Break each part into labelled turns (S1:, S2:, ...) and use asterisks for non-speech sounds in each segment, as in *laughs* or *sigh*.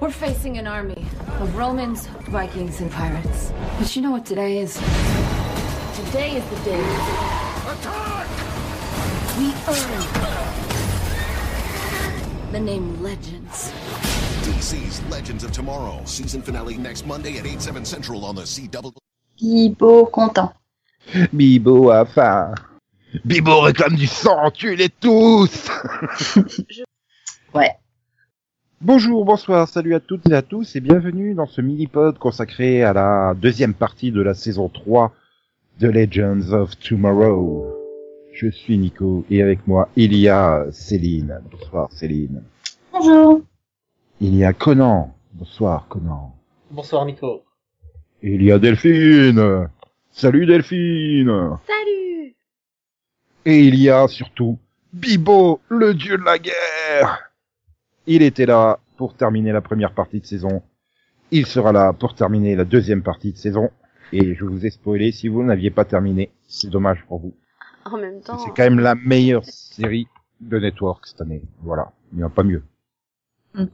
S1: We're facing an army of Romans, Vikings, and pirates. But you know what today is? Today is the day. We earn the name Legends.
S2: DC's Legends of Tomorrow, season finale next Monday at 8, 7 central on the CW.
S3: Bibo content.
S4: Bibo a faim. Bibo réclame du sang, tue-les tous
S3: Ouais.
S4: Bonjour, bonsoir, salut à toutes et à tous et bienvenue dans ce mini-pod consacré à la deuxième partie de la saison 3 de Legends of Tomorrow. Je suis Nico et avec moi il y a Céline. Bonsoir Céline.
S3: Bonjour.
S4: Il y a Conan. Bonsoir Conan.
S5: Bonsoir Nico.
S4: Et il y a Delphine. Salut Delphine.
S6: Salut
S4: Et il y a surtout Bibo, le dieu de la guerre. Il était là pour terminer la première partie de saison. Il sera là pour terminer la deuxième partie de saison. Et je vous ai spoilé si vous n'aviez pas terminé. C'est dommage pour vous.
S6: En même temps,
S4: C'est quand même la meilleure série de Network cette année. Voilà. Il n'y en a pas mieux.
S3: Mm.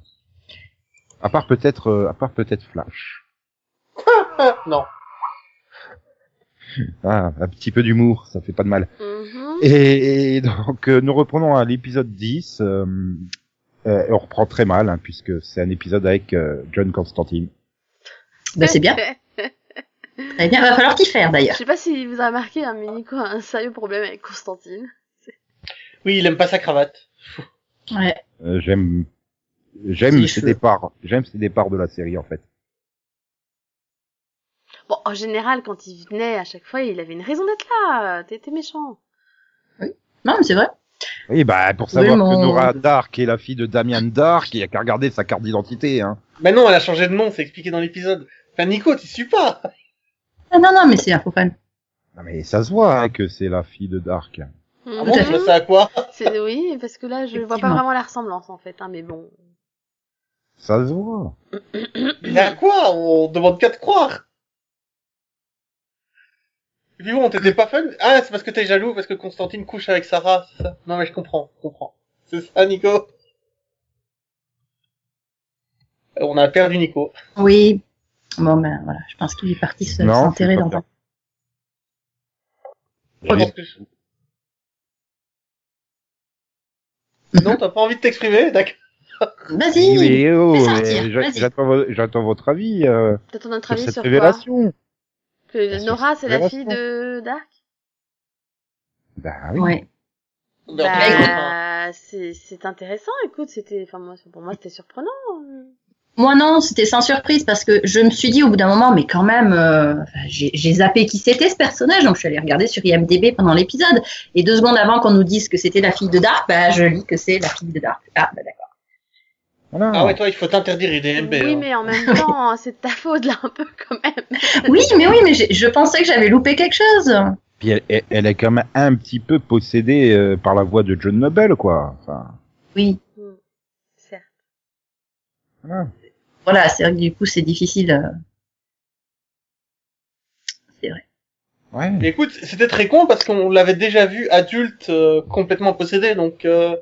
S4: À part peut-être, euh, à part peut-être Flash.
S5: Ah, non.
S4: *laughs* Ah, un petit peu d'humour, ça fait pas de mal.
S6: mhm.
S4: Et, et donc, euh, nous reprenons à l'épisode 10. euh, euh, et on reprend très mal, hein, puisque c'est un épisode avec euh, John Constantine.
S3: Bah, c'est bien. Très bien. Va falloir t'y faire
S6: *laughs* Je
S3: d'ailleurs.
S6: sais pas si vous avez remarqué, hein, mais Nico a un sérieux problème avec Constantine.
S5: Oui, il aime pas sa cravate.
S3: Ouais.
S4: Euh, j'aime,
S3: C'est
S4: j'aime
S3: les
S4: ses
S3: cheveux.
S4: départs, j'aime ses départs de la série en fait.
S6: Bon, en général, quand il venait à chaque fois, il avait une raison d'être là. T'étais méchant.
S3: Non, mais c'est vrai.
S4: Oui, bah pour savoir
S3: Oui, mon-
S4: que Nora Dark est la fille de Damien Dark, il y a qu'à regarder sa carte d'identité. Hein.
S5: Bah non, elle a changé de nom, c'est expliqué dans l'épisode. Enfin, Nico, t'y suis pas
S3: Ah non, non, mais c'est un faux fan.
S4: Non mais ça se voit hein, que c'est la fille de Dark.
S5: Ah bon,
S3: à
S5: tu vois ça à quoi
S6: Mhm. C'est oui, parce que là, je vois pas
S3: Effectivement.
S6: vraiment la ressemblance en fait. Hein, mais bon.
S4: Ça se voit.
S5: Mais à quoi On demande qu'à te croire Et puis bon, t'étais pas fun Ah, c'est parce que t'es jaloux, parce que Constantine couche avec Sarah, c'est ça Non mais je comprends, je comprends. C'est ça, Nico Euh, On a perdu Nico.
S3: Oui. Bon, ben voilà, je pense qu'il est parti se-
S4: Non,
S3: s'enterrer
S4: c'est pas
S3: dans
S4: ça.
S3: un.
S5: Je pense que je- Non, t'as pas envie de t'exprimer, d'accord
S3: Vas-y.
S4: mais oh,
S3: fais
S4: mais
S3: sortir,
S4: j'a-
S3: vas-y.
S4: j'attends, vo- j'attends votre avis euh,
S6: T'attends notre
S4: sur
S6: avis
S4: cette
S6: sur quoi
S4: révélation.
S6: Que
S4: Sur
S6: Nora,
S4: cette
S6: c'est la
S4: révélation.
S6: fille de Dark.
S4: Bah oui.
S3: Ouais.
S5: Mais en tout cas, enfin,
S3: hein.
S6: Bah, c'est c'est intéressant. Écoute, c'était, enfin moi, pour moi, c'était surprenant.
S3: Moi non, c'était sans surprise parce que je me suis dit au bout d'un moment, mais quand même, euh, enfin, j'ai j'ai zappé qui c'était ce personnage, donc je suis allée regarder sur IMDb pendant l'épisode. Et deux secondes avant qu'on nous dise que c'était la fille de Dark, bah je lis que c'est la fille de Dark. Ah bah d'accord.
S4: Voilà.
S5: Ah ouais, toi, il faut t'interdire IDMB.
S6: oui,
S5: hein.
S4: *laughs*
S6: mais en même temps, c'est de ta faute là un peu quand même.
S3: Oui, mais oui, mais j'ai- je pensais que j'avais loupé quelque chose.
S4: Puis elle, elle- elle est quand même un petit peu possédée euh, par la voix de John Noble, quoi. Enfin,
S3: Oui,
S6: Mm. Certes.
S4: voilà.
S3: voilà, c'est vrai que du coup c'est difficile. euh.
S4: Ouais.
S5: Mais écoute, c'était très con parce qu'on l'avait déjà vu adulte euh, complètement possédé, donc euh,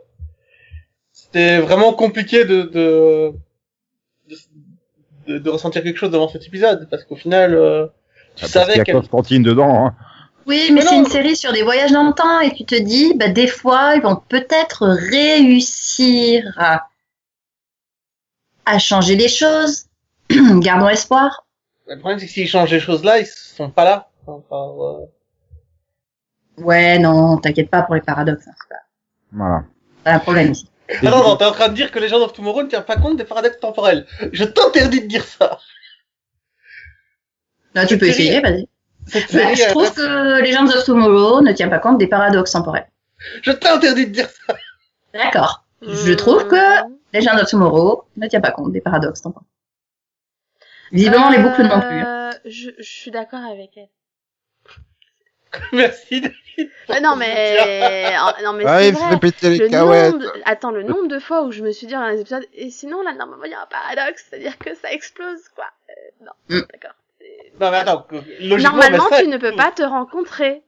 S5: c'était vraiment compliqué de de, de de de ressentir quelque chose devant cet épisode parce qu'au final, euh, tu
S4: Ah, Parce qu'il y
S5: savais
S4: a
S5: qu'elle
S4: Constantine dedans. Hein.
S3: Oui, mais
S5: Mais
S3: c'est
S5: non.
S3: une série sur des voyages dans le temps et tu te dis, bah des fois ils vont peut-être réussir à, à changer les choses. *clears throat* Gardons espoir.
S5: le problème c'est que s'ils changent les choses là, ils sont pas là. Enfin, euh,
S3: Ouais, non, t'inquiète pas pour les paradoxes. hein, C'est pas-
S4: Voilà.
S3: pas un problème ici.
S5: Ah non, non, t'es en train de dire que les gens of Tomorrow ne tiennent pas compte des paradoxes temporels. Je t'interdis de dire ça.
S3: Non, tu peux
S5: Série-
S3: essayer, vas-y.
S5: Cette
S3: Bah,
S5: série,
S3: je
S5: elle-
S3: trouve que Legends of Tomorrow ne tient pas compte des paradoxes temporels.
S5: je t'interdis de dire ça. *laughs*
S3: D'accord. Je
S6: Mm.
S3: trouve que Legends of Tomorrow ne tient pas compte des paradoxes temporels. Visiblement, les boucles non plus. hein.
S6: plus. Euh, Je, je suis d'accord avec elle.
S5: Merci. David, pour
S6: Ah non
S5: ton soutien.
S4: *laughs*
S6: mais en- non mais c'est
S4: Ouais,
S6: vrai. hein.
S4: péter
S6: Le
S4: les cahuètes.
S6: nombre, de- attends, le nombre de fois où je me suis dit dans les épisodes, et sinon là normalement il y a un paradoxe, c'est-à-dire que ça explose quoi. Euh, non,
S3: Mm.
S6: d'accord. C'est-
S5: Non mais attends, que- logiquement,
S6: Normalement
S5: bah, ça,
S6: tu ne peux
S5: tout.
S6: pas te rencontrer.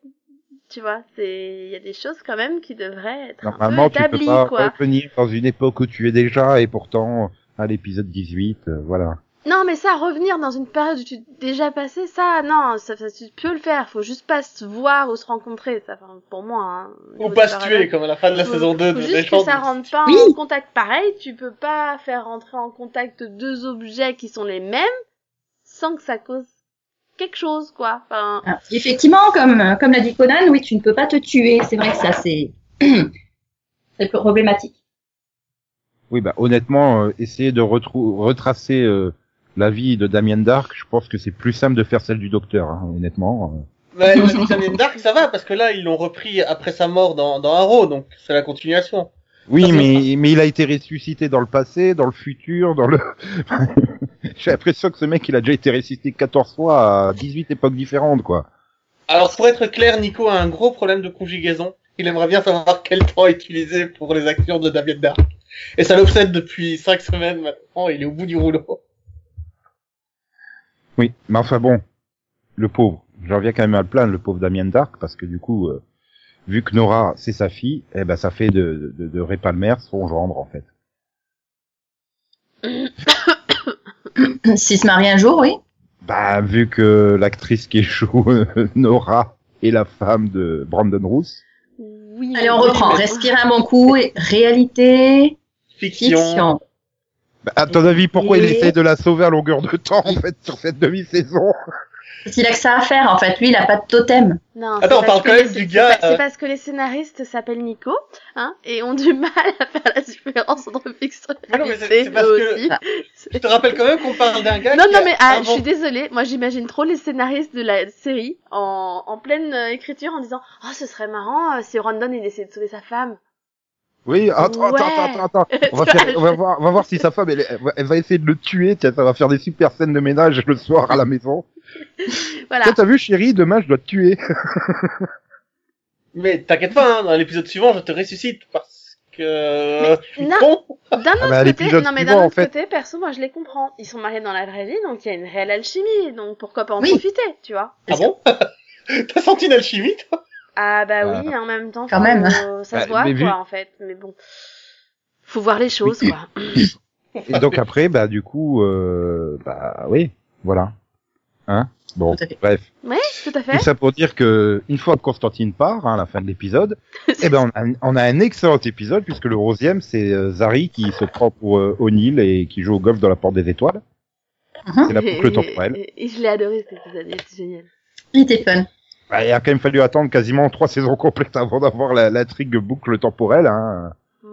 S6: Tu vois, c'est il y a des choses quand même qui devraient être un peu
S4: Normalement, tu peux
S6: établies
S4: pas
S6: quoi.
S4: revenir dans une époque où tu es déjà, et pourtant, à l'épisode 18, euh, voilà.
S6: Non, mais ça, revenir dans une période où tu t'es déjà passé, ça, non, ça, ça, tu peux le faire. Faut juste pas se voir ou se rencontrer, ça, enfin, pour moi. Hein,
S5: Ou pas se tuer, comme à la fin de la
S6: Faut-
S5: saison 2
S6: faut
S5: de
S6: juste que
S5: Legend.
S6: ça rentre pas
S3: Oui.
S6: en contact pareil. Tu peux pas faire rentrer en contact deux objets qui sont les mêmes sans que ça cause quelque chose, quoi. Enfin,
S3: Ah, effectivement, comme, euh, comme l'a dit Conan, oui, tu ne peux pas te tuer. C'est vrai que ça, c'est *clears throat* c'est problématique.
S4: Oui, bah honnêtement, euh, essayer de retrou- retracer euh, la vie de Damien Dark, je pense que c'est plus simple de faire celle du docteur, hein, honnêtement. euh.
S5: Mais la petite Damien Dark, ça va, parce que là, ils l'ont repris après sa mort dans, dans Arrow, donc c'est la continuation.
S4: Oui,
S5: Ça, c'est
S4: mais, mais il a été ressuscité dans le passé, dans le futur, dans le... *laughs* J'ai l'impression que ce mec, il a déjà été ressuscité 14 fois à 18 époques différentes, quoi.
S5: Alors, pour être clair, Nico a un gros problème de conjugaison. Il aimerait bien savoir quel temps utiliser pour les actions de Damien Dark. Et ça l'obsède depuis cinq semaines maintenant, il est au bout du rouleau.
S4: Oui, mais enfin bon, le pauvre. J'en reviens quand même à le plaindre, le pauvre Damien Dark, parce que du coup, euh, vu que Nora, c'est sa fille, eh ben ça fait de, de, de Ray Palmer son gendre, en fait.
S3: S'il se marie un jour, oui.
S4: Bah, vu que l'actrice qui échoue, euh, *laughs* Nora, est la femme de Brandon Roos,
S6: oui.
S3: Allez, on
S6: mais-
S3: reprend. Respire un bon coup. Et réalité,
S5: Fiction.
S3: fiction.
S4: bah, à ton avis, pourquoi il
S3: Et-
S4: essaie de la sauver à longueur de temps, en fait, sur cette demi-saison
S3: Parce qu'il a que ça à faire, en fait. Lui, il a pas de totem.
S6: Non,
S5: Attends,
S6: c'est
S5: on parle
S6: parce que
S5: quand même
S6: les-
S5: du
S6: c'est
S5: gars,
S6: pas- C'est
S5: euh.
S6: parce que les scénaristes s'appellent Nico, hein, et ont du *laughs* mal à faire la différence entre fiction et
S5: Mais Ah non, mais c'est- c'est
S6: réalité,
S5: parce
S6: eux
S5: que-
S6: aussi.
S5: Je te rappelle quand même qu'on parle d'un gars
S6: Non,
S5: qui
S6: non,
S5: a
S6: mais ah, je
S5: inventé-
S6: suis désolée. Moi, j'imagine trop les scénaristes de la série en, en pleine euh, écriture en disant Oh, ce serait marrant euh, si Rondon il essaie de sauver sa femme.
S4: Oui, attends,
S6: Ouais.
S4: attends, attends, attends. On va, faire- on va voir, on va voir si sa femme, elle, elle va- elle va essayer de le tuer. Tiens, ça va faire des super scènes de ménage le soir à la maison.
S6: Voilà.
S4: Toi, t'as vu, chérie, demain, je dois te tuer.
S5: Mais t'inquiète pas, hein, dans l'épisode suivant, je te ressuscite parce que je suis
S6: non.
S5: con.
S6: D'un autre
S4: bah,
S6: côté,
S4: l'épisode
S6: non, mais
S4: suivant,
S6: d'un
S4: en
S6: autre
S4: fait.
S6: côté, perso, moi, je les comprends. Ils sont mariés dans la vraie vie, donc il y a une réelle alchimie. Donc pourquoi pas en
S3: Oui.
S6: profiter, tu vois
S5: Ah bon *laughs* T'as senti une alchimie toi
S6: Ah bah
S4: Bah,
S6: oui, en même temps,
S3: quand
S6: faut-
S3: même.
S4: *laughs*
S6: ça
S4: Bah,
S6: se voit,
S4: mais
S6: quoi,
S4: vu-
S6: en fait. Mais bon, faut voir les choses, quoi.
S4: Et donc après, bah, du coup, euh, bah, oui, voilà. Hein? Bon,
S3: Tout à fait.
S4: bref.
S6: Oui, tout
S4: Tout
S6: à fait.
S4: ça pour dire que, une fois que Constantine part, hein, à la fin de l'épisode, eh ben, on a, on a un excellent épisode puisque le 11e, c'est euh, Zari qui se prend pour euh, O'Neill et qui joue au golf dans la porte des étoiles.
S3: Mhm.
S4: C'est la boucle temporelle.
S6: Et- et- et je l'ai adoré cet épisode, il était génial.
S3: Il était fun.
S4: Bah, il a quand même fallu attendre quasiment trois saisons complètes avant d'avoir la- l'intrigue boucle temporelle, hein,
S6: Mm.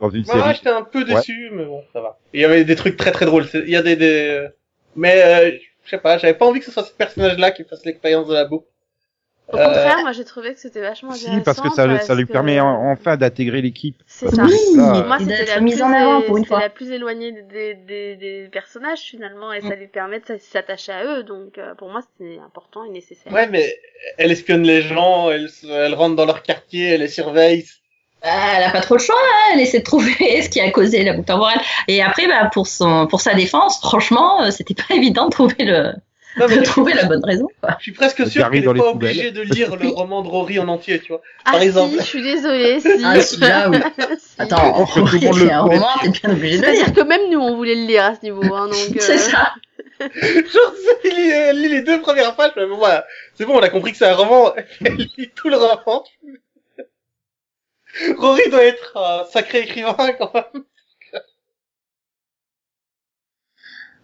S4: dans une
S5: Bah,
S4: série.
S5: j'étais un peu déçu, mais bon, ça va. Il y avait des trucs très très drôles. C'est- Il y a des, des... mais euh, je sais pas, j'avais pas envie que ce soit ce personnage-là qui fasse l'expérience de la boucle.
S6: Au
S5: Euh,
S6: contraire, moi, j'ai trouvé que c'était vachement
S4: Si,
S6: intéressant.
S4: parce que ça, ça lui
S6: que-
S4: permet en- enfin d'intégrer l'équipe.
S6: C'est ça.
S4: Oui.
S3: Ah.
S4: Là,
S6: Moi,
S3: Et
S6: c'était
S3: d'être
S6: la,
S3: mise
S6: plus euh,
S3: en avant pour une
S6: c'était
S3: fois.
S6: la plus éloignée des, des, des personnages finalement et ça lui permet de s'attacher à eux. Donc euh, pour moi, c'était important et nécessaire.
S5: Ouais, mais elle espionne les gens, elle, se- elle rentre dans leur quartier, elle les surveille.
S3: Bah, elle a pas trop le choix, hein. elle essaie de trouver *laughs* ce qui a causé la boucle temporelle. Et après, bah, pour, son, pour sa défense, franchement, euh, c'était pas *laughs* évident de trouver, le,
S5: Non, mais
S3: de *laughs* trouver la bonne raison. quoi.
S5: je suis presque
S4: Le
S5: sûr
S4: Gary
S5: qu'elle
S4: dans
S5: est
S4: les
S5: pas
S4: poubelles.
S5: obligée de
S4: *laughs*
S5: lire le roman de Rory en entier, tu vois. *laughs*
S6: ah
S5: par exemple.
S6: si, je suis *laughs* désolée. Si.
S3: Ah, celui-là, oui.
S6: Si.
S3: Attends, on
S4: Parce que
S3: *laughs*
S4: tout le monde
S3: écrit
S4: le
S3: un
S4: connaît.
S3: roman, t'es bien obligé de le lire.
S6: C'est-à-dire que même nous, on voulait le lire à ce niveau. Hein, donc,
S3: *laughs*
S6: euh,
S3: C'est ça.
S5: Genre, elle lit, elle lit les deux premières pages, mais bon, voilà. C'est bon, on a compris que c'est un roman. *laughs* Elle lit tout le roman. *laughs* Rory doit être un sacré écrivain, quand même.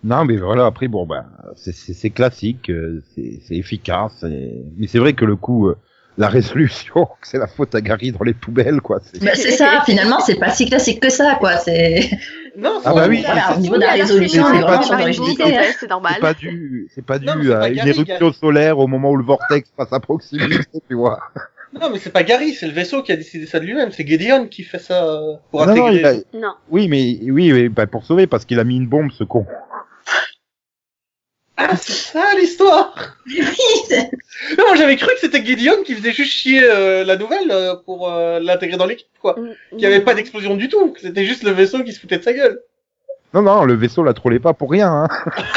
S4: Non, mais voilà, après, bon, bah, c'est- c'est c'est classique, euh, c'est c'est efficace. et- Mais c'est vrai que le coup, euh, la *laughs* résolution, que c'est la faute à Gary dans les poubelles, quoi. c'est-
S3: Bah, c'est ça, finalement, c'est pas si classique que ça, quoi. C'est.
S5: Non,
S4: Ah bah oui.
S3: Voilà, au niveau de
S6: Oui,
S3: la
S6: alors,
S3: résolution,
S6: c'est
S3: c'est
S4: pas
S3: vraiment
S4: du-
S3: son
S6: normal,
S3: originalité.
S6: c'est
S3: hein.
S6: normal, C'est normal.
S4: C'est pas dû, c'est pas dû
S5: Non, mais c'est
S4: à
S5: pas
S4: une
S5: Gary,
S4: éruption solaire au moment où le vortex passe à proximité, tu vois.
S5: Non, mais c'est pas Gary, c'est le vaisseau qui a décidé ça de lui-même. C'est Gideon qui fait ça euh, pour
S4: Non, non,
S5: intégrer.
S4: il a-
S6: Non.
S4: oui, mais oui, oui, bah, pour sauver, parce qu'il a mis une bombe, ce con.
S5: Ah, c'est ça l'histoire Non, moi j'avais cru que c'était Gideon qui faisait juste chier euh, la nouvelle euh, pour euh, l'intégrer dans l'équipe, quoi.
S6: Il
S5: Qu'il y avait pas d'explosion du tout, que c'était juste le vaisseau qui se foutait de sa gueule.
S4: Non, non, le vaisseau la trollait pas pour rien. Hein.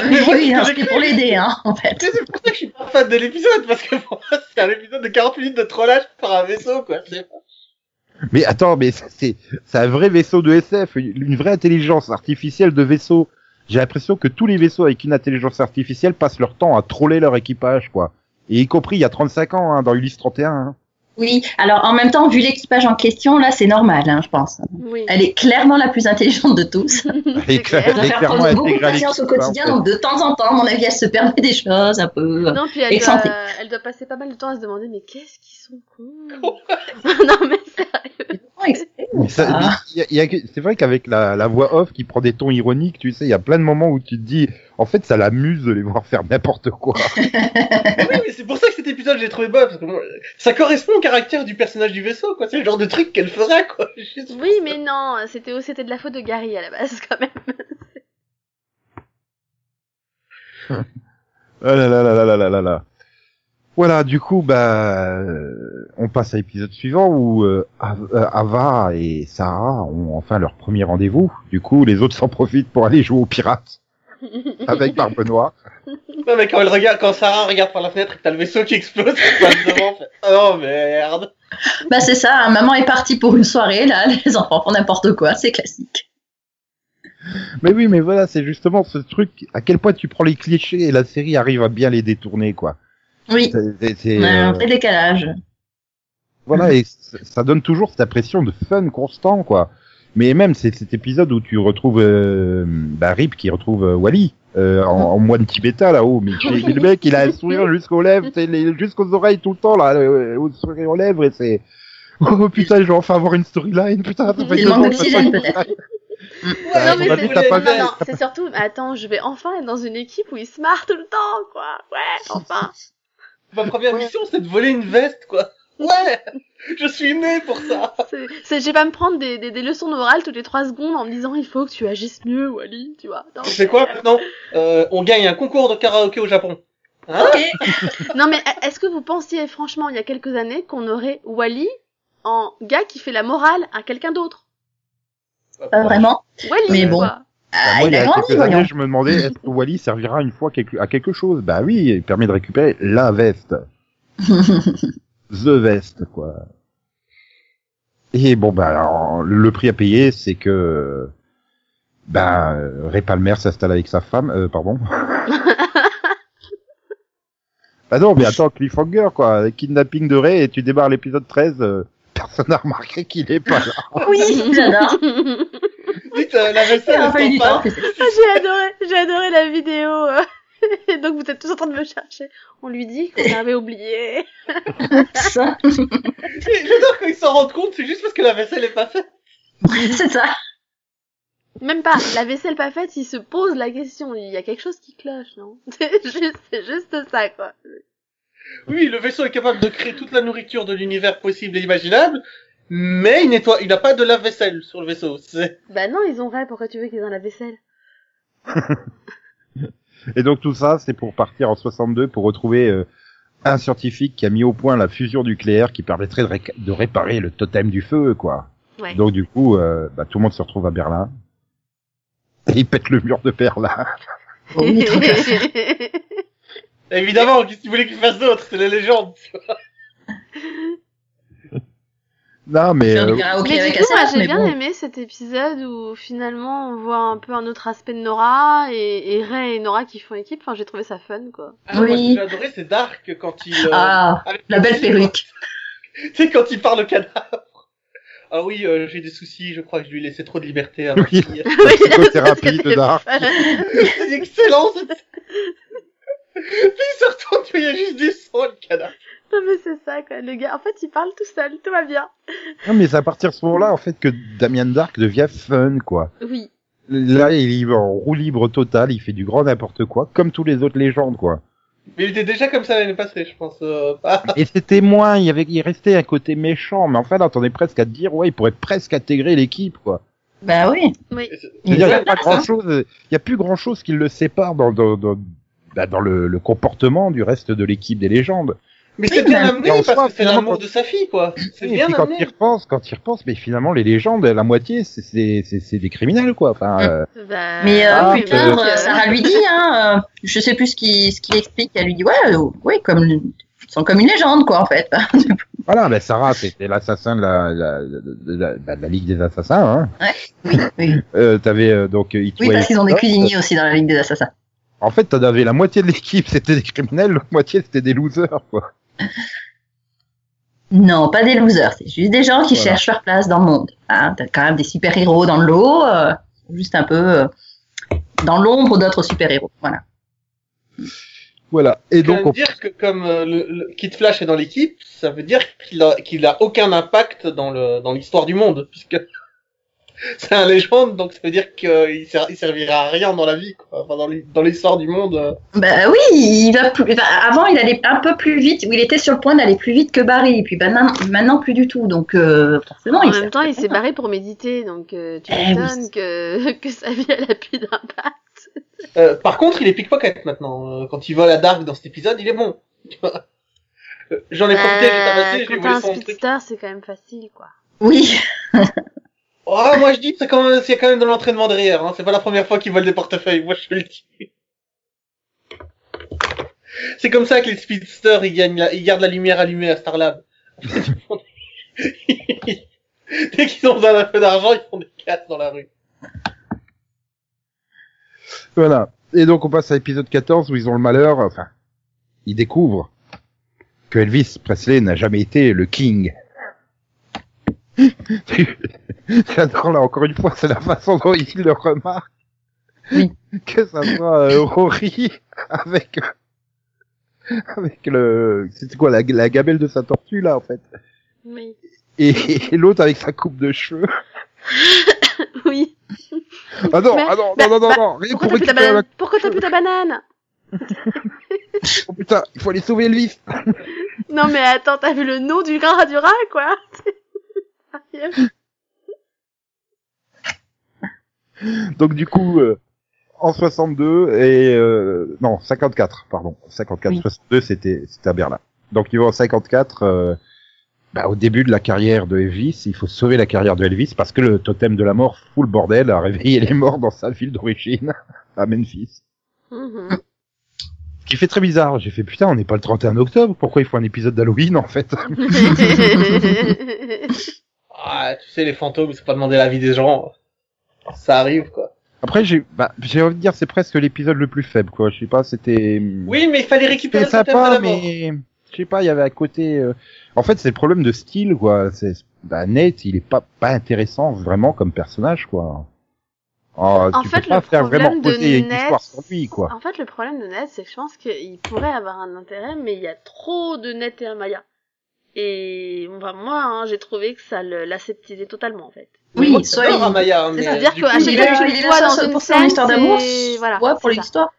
S3: Oui,
S5: moi,
S3: oui,
S5: c'est
S3: hein,
S5: ce
S3: c'était
S5: que j'ai
S3: pour
S5: cru.
S3: l'aider, hein, en fait.
S5: Mais c'est pour ça que je suis pas fan de l'épisode, parce que pour moi, c'est un épisode de 40 minutes de trollage par un vaisseau, quoi. C'est-
S4: Mais attends, mais ça, c'est c'est un vrai vaisseau de SF, une vraie intelligence artificielle de vaisseau. J'ai l'impression que tous les vaisseaux avec une intelligence artificielle passent leur temps à troller leur équipage, quoi. Et y compris il y a 35 ans, hein, dans Ulysse
S3: *laughs*
S4: 31. hein.
S3: Oui, alors en même temps, vu l'équipage en question, là, c'est normal, hein, je pense.
S6: Oui.
S3: Elle est clairement la plus intelligente de tous.
S4: Et cla-
S6: clair. Elle
S3: Elle
S4: et
S3: doit faire
S4: clairement
S3: prendre beaucoup de
S4: intégrale
S3: patience au
S4: l'équipe, hein,
S3: quotidien,
S4: en fait.
S3: donc de temps en temps, à mon avis, elle se permet des choses un peu.
S6: Non, puis elle doit,
S3: Excentrique.
S6: elle doit passer pas mal de temps à se demander mais qu'est-ce qu'ils sont cons. *laughs* non mais sérieux.
S3: Vraiment exprès, ou
S4: Mais ça-
S3: pas
S4: mais y a- y a que- c'est vrai qu'avec la, la voix off qui prend des tons ironiques, tu sais, il y a plein de moments où tu te dis, en fait, ça l'amuse de les voir faire n'importe quoi.
S5: Mais oui, mais c'est pour ça que cet épisode, j'ai trouvé bas, parce que bon, ça correspond au caractère du personnage du vaisseau, quoi. C'est le genre de truc qu'elle fera, quoi. *laughs* Juste-
S6: Oui mais non, c'était c'était de la faute de Gary à la base quand même.
S4: Ah là là là là là là là là. Voilà, du coup, bah, euh, on passe à l'épisode suivant où euh, Av- euh, Ava et Sarah ont enfin leur premier rendez-vous. Du coup, les autres s'en profitent pour aller jouer aux pirates avec Barbe Noire.
S5: Non, mais quand elle regarde, quand Sarah regarde par la fenêtre et que t'as le vaisseau qui explose, qui passe devant, fait, oh merde.
S3: Bah, c'est ça, hein, maman est partie pour une soirée, là, *laughs* les enfants font n'importe quoi, c'est classique.
S4: Mais oui, mais voilà, c'est justement ce truc. À quel point tu prends les clichés et la série arrive à bien les détourner, quoi.
S3: Oui,
S4: C'est- c'est- c'est,
S3: on a un
S4: euh,
S3: vrai décalage.
S4: Voilà, et c- ça donne toujours cette impression de fun constant, quoi. Mais même c'est cet épisode où tu retrouves euh, bah, Rip qui retrouve euh, Wally euh, en, en moine tibétain là-haut. Mais tu- le mec, il a un sourire jusqu'aux lèvres, t'sais, les- jusqu'aux oreilles tout le temps là, le, au sourire aux lèvres et c'est. Oh putain, je vais enfin avoir une storyline, putain, ça fait
S3: Il
S4: deux
S3: manque
S4: ans que je
S3: d'oxygène,
S4: fais pas de storyline.
S5: Ouais,
S4: Euh,
S6: non mais
S4: on a
S6: c'est
S4: dit, t'as pas
S6: non,
S4: vu.
S6: non, c'est surtout mais attends, je vais enfin être dans une équipe où ils se marrent tout le temps quoi. Ouais, enfin.
S5: Ma première mission, c'est de voler une veste, quoi. Ouais! Je suis né pour ça!
S6: C'est- c'est- Je vais pas me prendre des, des, des leçons d'oral toutes les trois secondes en me disant il faut que tu agisses mieux Wally, tu vois. Non,
S5: Tu sais quoi, maintenant? Euh, on gagne un concours de karaoké au Japon.
S4: Ah.
S3: Ok,
S6: Non mais euh, est-ce que vous pensiez franchement il y a quelques années qu'on aurait Wally en gars qui fait la morale à quelqu'un d'autre
S3: pas euh, vraiment.
S6: Wally
S3: Mais bon.
S6: quoi.
S4: Bah,
S3: Ah,
S4: moi,
S3: il a grandi,
S4: quelques années,
S3: voyons.
S4: je me demandais est-ce que Wally servira une fois quelque- à quelque chose Bah oui, il permet de récupérer la veste. *laughs* The Vest, quoi. Et bon, bah, alors, le prix à payer, c'est que, bah, euh, Ray Palmer s'installe avec sa femme, euh, pardon. bah non, mais attends, Cliffhanger, quoi. Kidnapping de Ray, et tu démarres l'épisode 13, euh, personne n'a remarqué qu'il est pas là.
S3: oui,
S6: *laughs*
S3: j'adore.
S5: Vite, euh, la
S3: Il
S5: vaisselle,
S3: a fallu
S5: elle
S3: du
S5: s'en
S3: temps.
S5: part.
S6: Ah, j'ai adoré, j'ai adoré la vidéo. *laughs* euh. Et Donc vous êtes tous en train de me chercher. On lui dit qu'on avait oublié.
S3: Ça,
S5: J'ai- J'adore quand ils s'en rendent compte, c'est juste parce que la vaisselle est pas faite.
S3: *laughs* C'est ça.
S6: Même pas la vaisselle pas faite, il se pose la question. Il y a quelque chose qui cloche, non *laughs* C'est juste, c'est juste ça quoi.
S5: Oui, le vaisseau est capable de créer toute la nourriture de l'univers possible et imaginable, mais il nettoie, il n'a pas de lave-vaisselle sur le vaisseau. C'est
S6: Bah non, ils ont vrai. Pourquoi tu veux qu'ils aient la vaisselle
S4: Et donc tout ça, c'est pour partir en 62 pour retrouver euh, un scientifique qui a mis au point la fusion nucléaire qui permettrait de, ré- de réparer le totem du feu, quoi.
S6: Ouais.
S4: Donc du coup, euh, bah, tout le monde se retrouve à Berlin. Et il pète le mur de Berlin. *laughs*
S3: Oh, Oui, trop bien.
S6: *laughs*
S5: évidemment, qu'est-ce qu'il voulait qu'il fasse d'autre C'est la légende.
S4: Non, mais
S3: Faire du
S4: euh,
S3: karaoké
S6: mais
S3: avec
S6: du coup, moi,
S3: Assad,
S6: j'ai
S3: mais
S6: bien
S3: bon.
S6: aimé cet épisode où finalement on voit un peu un autre aspect de Nora et, et Ray et Nora qui font équipe. Enfin, j'ai trouvé ça fun, quoi.
S5: Ah, moi,
S3: Oui.
S5: ce que J'ai adoré, c'est Dark quand il. euh,
S3: Ah,
S5: avec-
S3: la belle
S5: *laughs*
S3: perruque.
S5: Tu sais, quand il parle au cadavre. Ah oui, euh, j'ai des soucis, je crois que je lui ai laissé trop de liberté à ma
S4: Oui.
S5: fille.
S6: Oui, ça, *laughs*
S4: psychothérapie de
S6: c'était
S4: Dark.
S6: fun.
S5: c'est excellent cette... Puis il se retourne, tu vois, il y a juste du sang, le cadavre.
S6: Non, mais c'est ça, quoi. Le gars, en fait, il parle tout seul, tout va bien.
S4: non, mais c'est à partir de ce moment-là en fait que Damien Dark devient fun, quoi.
S6: Oui.
S4: Là, il est en roue libre totale, il fait du grand n'importe quoi, comme tous les autres légendes, quoi.
S5: Mais il était déjà comme ça l'année passée, je pense. euh, ah.
S4: Et c'était moins, il y avait, il restait un côté méchant, mais enfin là, t'en es presque à te dire, ouais, il pourrait presque intégrer l'équipe, quoi.
S3: Bah oui.
S6: Oui.
S4: Il
S3: Il
S4: n'y
S3: est
S4: a
S3: bien
S4: pas
S3: placé, hein.
S4: grand chose, il y a plus grand chose qui le sépare dans, dans, dans, bah, dans le, le comportement du reste de l'équipe des légendes.
S5: Mais
S3: Oui,
S5: c'est bien
S3: mais-
S5: amené
S4: mais en
S5: parce
S4: soi,
S5: que c'est
S4: finalement,
S5: l'amour
S4: quand-
S5: de sa fille, quoi. C'est
S4: Et
S5: bien
S4: puis quand il
S5: amené.
S4: repense, quand il repense, mais finalement les légendes, la moitié, c'est- c'est c'est- c'est des criminels quoi. Enfin,
S3: Mm.
S4: euh,
S6: Bah,
S3: Mais euh,
S4: Ah,
S3: plus
S4: que-
S3: tard, euh, Sarah lui dit, hein, euh, je sais plus ce qu'il ce qu'il explique, elle lui dit, ouais, euh, ouais, comme sont comme une légende, quoi, en fait. *laughs*
S4: Voilà, ben Sarah, c'était l'assassin de la, la, de la, bah, de la Ligue des Assassins. Hein.
S3: oui, oui.
S4: Euh, t'avais euh, donc euh,
S3: Oui, Ah.
S4: Itoy
S3: parce qu'ils ont des
S4: Scott.
S3: cuisiniers aussi dans la Ligue des Assassins.
S4: En fait, t'en avais la moitié de l'équipe, c'était des criminels, l'autre moitié c'était des losers, quoi.
S3: Non, pas des losers, c'est juste des gens qui
S4: Voilà.
S3: cherchent leur place dans le monde. Hein, T'as quand même des super-héros dans le lot, euh, juste un peu euh, dans l'ombre d'autres super-héros. Voilà.
S4: Voilà. Et donc,
S5: Donc,
S4: on...
S5: dire que comme euh, le, le Kid Flash est dans l'équipe, ça veut dire qu'il a, qu'il a aucun impact dans le dans l'histoire du monde, *laughs* puisque c'est un légende, donc ça veut dire qu'il ser- il servira à rien dans la vie, quoi. Enfin, dans l'hi- dans l'histoire du monde. euh.
S3: Bah oui, il va plus... enfin, avant il allait un peu plus vite, ou il était sur le point d'aller plus vite que Barry, et puis bah, maintenant, maintenant plus du tout, donc euh, forcément
S6: En
S3: il
S6: même
S3: sert
S6: temps,
S3: plus
S6: il s'est
S3: longtemps.
S6: barré pour méditer, donc euh, tu
S3: Eh oui.
S6: m'étonnes que, *laughs* que sa vie, elle a plus d'impact.
S5: Euh, par contre, il est pickpocket maintenant. Euh, Quand il vole à Dark dans cet épisode, il est bon. Euh, J'en ai profité, j'ai tabassé,
S6: Euh,
S5: j'ai
S6: Quand
S5: voulu
S6: t'as un
S5: son truc.
S6: speedster, c'est quand même facile, quoi.
S3: Oui,
S5: Oh, moi je dis que c'est quand même, c'est quand même de l'entraînement derrière. Hein. C'est pas la première fois qu'il vole des portefeuilles. Moi je te le dis. C'est comme ça que les speedsters ils gagnent, la, ils gardent la lumière allumée à Starlab. *laughs* Dès qu'ils ont besoin d'un peu d'argent, ils font des casses dans la rue.
S4: voilà. Et donc, on passe à l'épisode 14 où ils ont le malheur, enfin, ils découvrent que Elvis Presley n'a jamais été le King. *laughs* J'adore là, encore une fois, c'est la façon dont ils le remarquent.
S3: Oui.
S4: Que ça soit euh, Rory avec avec le c'était quoi la, la gabelle de sa tortue là en fait
S6: Oui.
S4: et, et l'autre avec sa coupe de cheveux.
S6: Oui.
S4: Ah non,
S6: Mais-
S4: ah non,
S6: bah-
S4: non, non, non,
S6: bah,
S4: non, rien
S6: Pourquoi
S4: pour
S6: t'as plus ta
S4: récupérer la
S6: banane Pourquoi t'as plus ta banane
S4: Oh putain, il faut aller sauver Elvis.
S6: Non mais attends, t'as vu le nom du rat du rat, quoi *laughs* Sérieux
S4: Donc du coup, euh, en 62 et euh, non 54, pardon, 54,
S3: Oui.
S4: 62 c'était c'était à Berlin. Donc ils vont en 54. euh, bah, au début de la carrière de Elvis, il faut sauver la carrière de Elvis parce que le totem de la mort fout le bordel à réveiller les morts dans sa ville d'origine, *laughs* à Memphis.
S6: Mhm.
S4: Ce qui fait très bizarre. J'ai fait putain, on n'est pas le 31 octobre, pourquoi il faut un épisode d'Halloween en fait *laughs*
S6: Mhm. *laughs*
S5: Ah, tu sais, les fantômes, ils sont pas demander l'avis des gens. Ça arrive, quoi.
S4: Après j'ai bah, j'ai envie de dire c'est presque l'épisode le plus faible quoi. Je sais pas, c'était. hmm,
S5: Oui, mais il fallait récupérer
S4: C'était
S5: le totem de
S4: sympa,
S5: la mort.
S4: mais je sais pas, il y avait à côté. euh, En fait, c'est le problème de style, quoi. C'est bah, Nate, il est pas pas intéressant vraiment comme personnage, quoi. Ah,
S6: En
S4: tu
S6: fait,
S4: peux pas
S6: le
S4: faire
S6: problème
S4: vraiment
S6: de
S4: poser une
S6: Nate-
S4: histoire sur lui, quoi.
S6: En fait, le problème de Ned, c'est que je pense qu'il pourrait avoir un intérêt, mais il y a trop de Ned et Amaya. Et enfin, moi, hein, j'ai trouvé que ça le- l'aseptisait totalement, en fait.
S3: oui,
S5: Moi,
S3: soit
S5: j'adore
S3: il-
S5: Amaya, hein, mais
S6: C'est-à-dire
S5: du
S6: que à
S5: coup,
S6: chaque
S5: il
S6: fois
S5: a-
S6: Ah, que je le vois dans une
S3: pour une histoire
S6: scène,
S3: d'amour,
S6: c'est- voilà,
S3: soit pour
S6: c'est ça.
S3: l'histoire.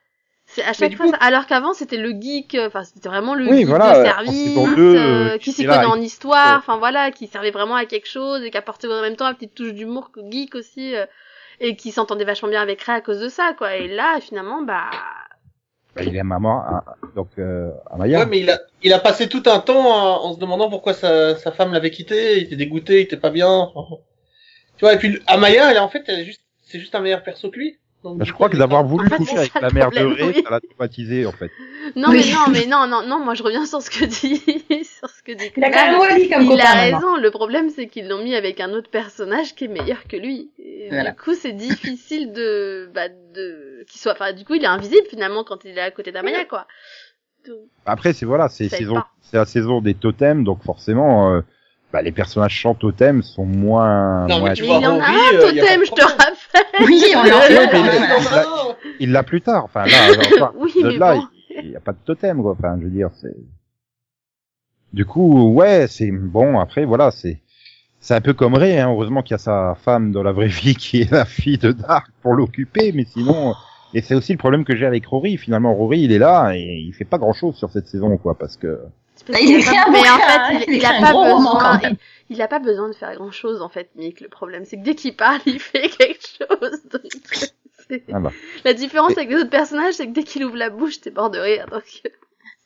S6: C'est à chaque
S5: du
S6: fois,
S5: coup-
S6: ça- alors qu'avant c'était le geek, euh, enfin c'était vraiment le
S4: Oui,
S6: geek
S4: voilà,
S6: de
S4: euh,
S6: service,
S4: en saison deux, euh,
S6: euh, qui
S4: qui
S6: s'y
S4: était là
S6: connaît
S4: avec-
S6: en histoire, enfin voilà, qui servait vraiment à quelque chose et qui apportait en même temps une petite touche d'humour geek aussi, euh, et qui s'entendait vachement bien avec Ray à cause de ça, quoi. Et là, finalement, bah,
S4: Bah, il est maman, à- donc euh, Amaya.
S5: Ouais, mais il a, il a passé tout un temps en, en se demandant pourquoi sa, sa femme l'avait quitté, il était dégoûté, il était pas bien. Tu vois, et puis Amaya, elle, en fait, elle est juste, c'est juste un meilleur perso que lui. Donc,
S4: Bah,
S5: du
S4: je
S5: coup,
S4: crois que
S5: il-
S4: d'avoir voulu
S6: En fait,
S4: coucher
S6: c'est
S4: avec
S6: ça le
S4: la mère de
S6: problème,
S4: Ray,
S6: oui.
S4: ça l'a traumatisé en fait.
S6: non
S3: Oui.
S6: mais non mais non non non, moi je reviens sur ce que dit, *laughs* sur ce que dit.
S3: Il a
S6: Claire.
S3: quand même Wally comme
S6: Il
S3: copain.
S6: a
S3: maintenant.
S6: raison, le problème c'est qu'ils l'ont mis avec un autre personnage qui est meilleur que lui. Et
S3: Voilà.
S6: Du coup, c'est difficile de bah de qu'il soit enfin du coup, il est invisible finalement quand il est à côté d'Amaya quoi. Donc,
S4: Après, c'est voilà, c'est
S6: Ça aide
S4: saison,
S6: pas.
S4: c'est la saison des totems, donc forcément, euh, bah, les personnages sans totem sont moins.
S5: Non, mais
S4: moins
S5: tu
S6: mais
S5: vois,
S6: il y en a
S5: Henry,
S6: un
S5: euh, il y a pas
S6: totem,
S5: de
S6: je te rappelle. *laughs*
S3: Oui, on l'a
S4: Ouais, mais
S5: Ah,
S4: il-
S5: non,
S4: il l'a-
S5: non, non.
S4: il l'a plus tard. Enfin là, *laughs* enfin,
S6: Oui,
S4: de
S6: mais
S4: là,
S6: bon.
S4: il n'y a pas de totem quoi. Enfin, je veux dire, c'est. Du coup, ouais, c'est bon. Après, voilà, c'est c'est un peu comme Ray. Hein. Heureusement qu'il y a sa femme dans la vraie *laughs* vie qui est la fille de Dark pour l'occuper, mais sinon. Et c'est aussi le problème que j'ai avec Rory. Finalement, Rory, il est là et il fait pas grand chose sur cette saison quoi, parce que.
S6: Parce
S3: Il
S6: qu'il a
S3: écrit
S6: pas-
S3: un
S6: mais en
S3: bouquin, hein,
S6: fait, il,
S3: il
S6: il a
S3: écrit un
S6: pas
S3: gros roman,
S6: besoin,
S3: quand
S6: il,
S3: même.
S6: il a pas besoin de faire grand chose en fait, Mick. Le problème, c'est que dès qu'il parle, il *laughs* fait quelque chose. Donc, c'est-
S4: Ah bah.
S6: La différence avec les autres personnages, c'est que dès qu'il ouvre la bouche, t'es mort de rire. Donc, euh,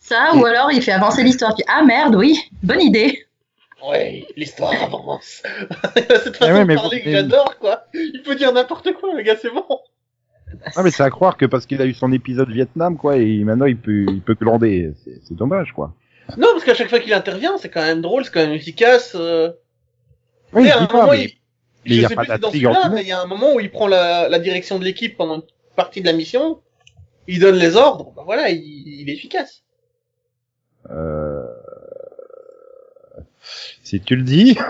S3: Ça, ou alors il fait avancer l'histoire. puis, Ah merde, oui, bonne idée.
S5: Ouais, l'histoire avance. *laughs* Cette façon
S4: Eh ouais, mais
S5: de parler
S4: bon,
S5: que
S4: mais-
S5: j'adore, quoi. Il peut dire n'importe quoi, le gars, c'est bon.
S4: Ah mais c'est à croire que parce qu'il a eu son épisode Vietnam quoi, et maintenant il peut il peut glander. C'est c'est dommage quoi.
S5: Non, parce qu'à chaque fois qu'il intervient, c'est quand même drôle, c'est quand même efficace. euh.
S4: Oui,
S5: Et
S4: je
S5: à un
S4: dis
S5: moment,
S4: pas, mais
S5: il-
S4: mais
S5: je
S4: y a
S5: sais
S4: pas
S5: plus si dans
S4: d'intrigue en
S5: celui-là,
S4: tout.
S5: mais il y a un moment où il prend la, la direction de l'équipe pendant une partie de la mission, il donne les ordres, bah voilà, il, il est efficace.
S4: Euh, Si tu le dis. *laughs*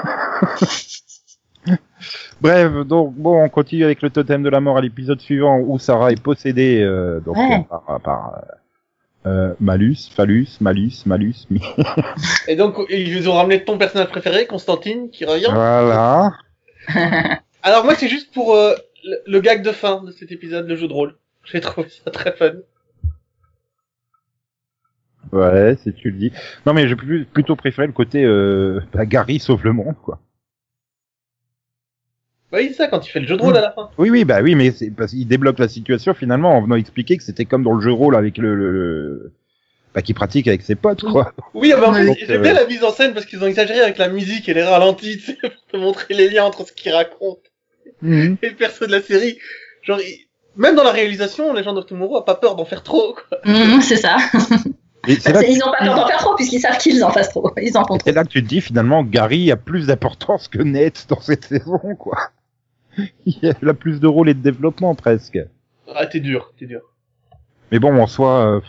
S4: Bref, donc bon, on continue avec le totem de la mort à l'épisode suivant où Sarah est possédée euh, donc,
S3: Ouais.
S4: euh, par, par, euh, euh, Malus, Phallus, Malus, Malus. mi-
S5: Et donc, ils nous ont ramené ton personnage préféré, Constantine, qui revient.
S4: Ah. Voilà.
S5: Alors moi, c'est juste pour euh, le, le gag de fin de cet épisode, le jeu de rôle. J'ai trouvé ça très fun.
S4: Ouais, si tu le dis. Non mais j'ai plus- plutôt préféré le côté euh, bah, Gary sauve le monde quoi.
S5: Bah oui, c'est ça, quand il fait le jeu de rôle à la fin.
S4: Oui, oui, bah oui, mais c'est parce qu'il débloque la situation finalement en venant expliquer que c'était comme dans le jeu rôle avec le, le, le- bah, qu'il pratique avec ses potes, quoi.
S5: Oui, mais en plus,
S4: Oui.
S5: j'aime bien la mise en scène parce qu'ils ont exagéré avec la musique et les ralentis, *laughs* tu sais, pour te montrer les liens entre ce qu'il raconte et le perso de la série. Genre, il- même dans la réalisation, Legend of Tomorrow a pas peur d'en faire trop, quoi.
S3: Mhm, c'est ça.
S4: Et c'est là, que-
S3: ils ont pas peur d'en faire trop puisqu'ils savent qu'ils en fassent trop. *laughs* Ils en font trop.
S4: c'est là que tu te dis finalement, Gary a plus d'importance que Ned dans cette *laughs* saison, quoi. Il a plus de rôle et de développement presque.
S5: Ah, t'es dur, t'es dur.
S4: Mais bon, en soi, euh, pff,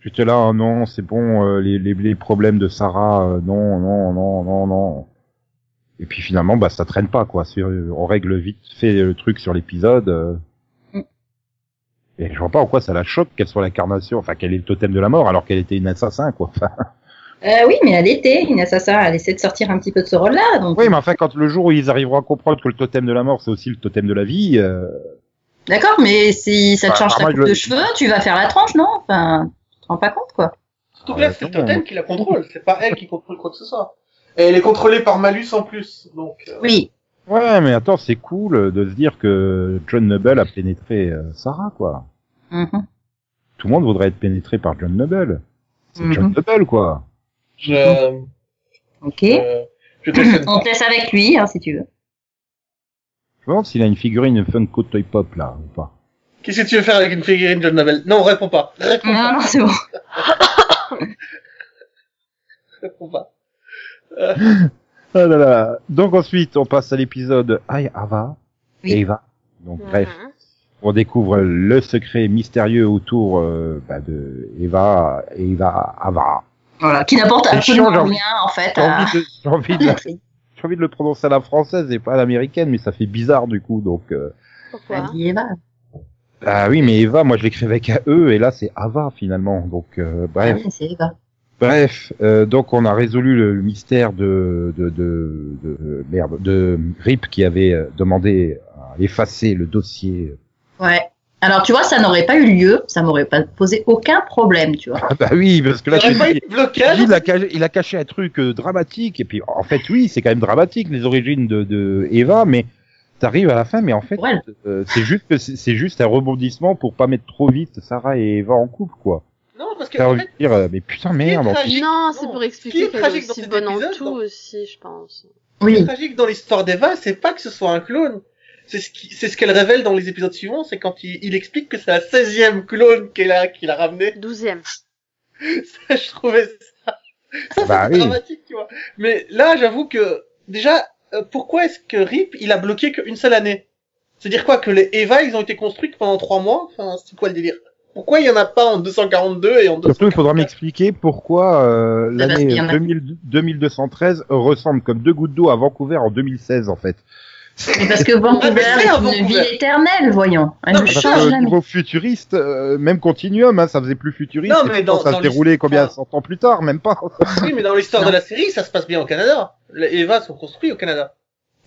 S4: j'étais là, ah non, c'est bon, euh, les, les, les problèmes de Sarah, euh, non, non, non, non, non. Et puis finalement, bah ça traîne pas, quoi. C'est- euh, on règle vite fait le truc sur l'épisode. euh.
S3: Mm.
S4: Et je vois pas en quoi ça la choque qu'elle soit l'incarnation, enfin qu'elle est le totem de la mort, alors qu'elle était une assassin, quoi. Enfin,
S3: Euh, oui, mais elle était une assassin. Elle essaie de sortir un petit peu de ce rôle-là. Donc,
S4: oui, mais enfin, quand le jour où ils arriveront à comprendre que le totem de la mort, c'est aussi le totem de la vie, euh,
S3: d'accord, mais si ça te
S4: Bah,
S3: change ta
S4: apparemment,
S3: coupe
S4: je-
S3: de cheveux, tu vas faire la tranche, non Enfin, tu te rends pas compte, quoi.
S5: Surtout que
S4: Ah,
S5: là, c'est le
S4: attends,
S5: totem qui la contrôle, c'est pas elle qui contrôle quoi que ce soit. Et elle est contrôlée par Malus en plus, donc... euh,
S3: Oui.
S4: ouais, mais attends, c'est cool de se dire que John Noble a pénétré euh, Sarah, quoi.
S3: Mhm.
S4: tout le monde voudrait être pénétré par John Noble. C'est
S3: Mhm.
S4: John Noble, quoi.
S5: Je... euh,
S3: Ok.
S5: je- Euh,
S3: *clears throat*
S5: je cautionne
S3: On
S5: pas.
S3: te laisse avec lui, hein, si tu veux.
S4: Je me demande s'il a une figurine Funko Toy Pop, là, ou pas.
S5: Qu'est-ce que tu veux faire avec une figurine John Nobel Non, réponds pas. Réponds
S3: Non,
S5: pas.
S3: non, c'est bon.
S5: Réponds pas.
S4: Ah là là. Donc ensuite, on passe à l'épisode I Ava.
S3: Oui.
S4: Eva. Donc bref,
S6: Mhm.
S4: on découvre le secret mystérieux autour euh, bah, de Eva, Eva Ava.
S3: Voilà, qui n'apporte
S4: C'est chiant,
S3: absolument
S4: genre.
S3: rien, en fait.
S4: J'ai
S3: à-
S4: envie, de,
S3: *laughs*
S4: j'ai envie de la- j'ai envie de le prononcer à la française et pas à l'américaine, mais ça fait bizarre du coup. Donc euh,
S3: Elle
S6: Pourquoi
S3: dit Eva.
S4: ah oui, mais Eva, moi je l'écrivais qu'à eux et là c'est Ava finalement. Donc euh, bref.
S3: Oui, c'est Eva.
S4: Bref, euh, donc on a résolu le le mystère de de de, de, de- merde de Rip qui avait euh, demandé à effacer le dossier.
S3: Ouais. Alors, tu vois, ça n'aurait pas eu lieu, ça m'aurait pas posé aucun problème, tu vois.
S4: Ah bah oui, parce que là tu
S5: J'aurais pas eu
S4: dis,
S5: de blocage.
S4: il a caché, il a caché un truc euh, dramatique et puis en fait oui, c'est quand même dramatique les origines de, de Eva, mais t'arrives à la fin, mais en fait
S3: Pour elle.
S4: euh, c'est juste que c'est c'est juste un rebondissement pour pas mettre trop vite Sarah et Eva en couple quoi.
S5: Non, parce que...
S4: Faire
S5: en fait,
S4: dire euh, mais putain merde. en fait.
S5: tragique,
S6: Non, c'est
S5: Non.
S6: pour
S5: Qui est
S6: expliquer qu'elle est
S5: tragique dans
S6: aussi
S5: cet
S6: bonne en
S5: épisode,
S6: tout
S5: dans-
S6: aussi, je pense.
S5: Le
S3: Oui.
S5: tragique dans l'histoire d'Eva, c'est pas que ce soit un clone. C'est ce qui- c'est ce qu'elle révèle dans les épisodes suivants, c'est quand il, il explique que c'est la 16e clone qu'elle a, qu'il a ramené.
S6: Douzième.
S5: *laughs* Ça, je trouvais ça, ça
S4: Bah
S5: c'était
S4: oui.
S5: dramatique, tu vois. Mais là, j'avoue que, déjà, euh, pourquoi est-ce que Rip, il a bloqué qu'une seule année? C'est-à-dire quoi? Que les Eva, ils ont été construites pendant trois mois? Enfin, c'est quoi le délire? Pourquoi il y en a pas en 242 et en 200?
S4: Surtout, il faudra m'expliquer pourquoi
S5: Ah,
S4: euh,
S3: parce
S4: l'année
S3: qu'il y en a.
S4: 2000 2213 ressemble comme deux gouttes d'eau à Vancouver en 2016, en fait.
S3: Mais parce que Vancouver
S5: Ah, mais c'est
S3: est
S5: à
S3: une
S5: Vancouver.
S3: ville éternelle, voyons. Elle
S5: Non,
S3: ne
S5: mais
S4: Parce
S3: change
S4: que,
S3: jamais.
S4: niveau futuriste, euh, même continuum, hein, ça faisait plus futuriste.
S5: Non,
S4: et
S5: mais
S4: pourtant,
S5: dans-
S4: ça
S5: dans
S4: se déroulait
S5: l'histoire-
S4: combien 100 ans plus tard, même pas.
S5: Oui, mais dans l'histoire
S3: Non.
S5: de la série, ça se passe bien au Canada. Les Eva sont construits au Canada.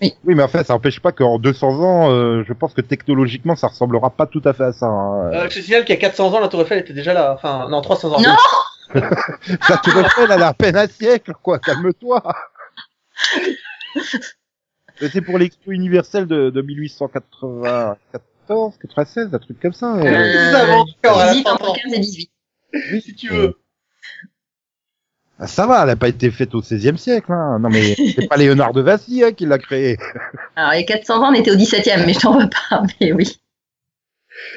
S4: oui, mais en fait, ça empêche pas qu'en 200 ans, euh, je pense que technologiquement, ça ressemblera pas tout à fait à ça. hein.
S5: Euh, je te signale qu'il y a 400 ans, la Tour Eiffel était déjà là. Enfin, non, 300 ans.
S3: Non
S4: *laughs* Ça te le fait, là, elle a à peine un siècle, quoi.
S5: *laughs*
S4: Calme-toi. Mais C'est pour l'expo universelle de, de 1894, 96, un truc comme ça.
S5: Plus
S4: euh.
S3: Euh,
S5: avant encore, à la
S3: Visite
S5: fin,
S3: entre 15 et 18.
S4: Oui, Euh,
S5: si tu veux.
S4: Ah, ça va, elle n'a pas été faite au XVIe siècle. Hein. Non, mais c'est pas Léonard de Vinci hein, qui l'a créée.
S3: Alors, les 400 ans, on était au 17e, mais je t'en veux pas, mais oui.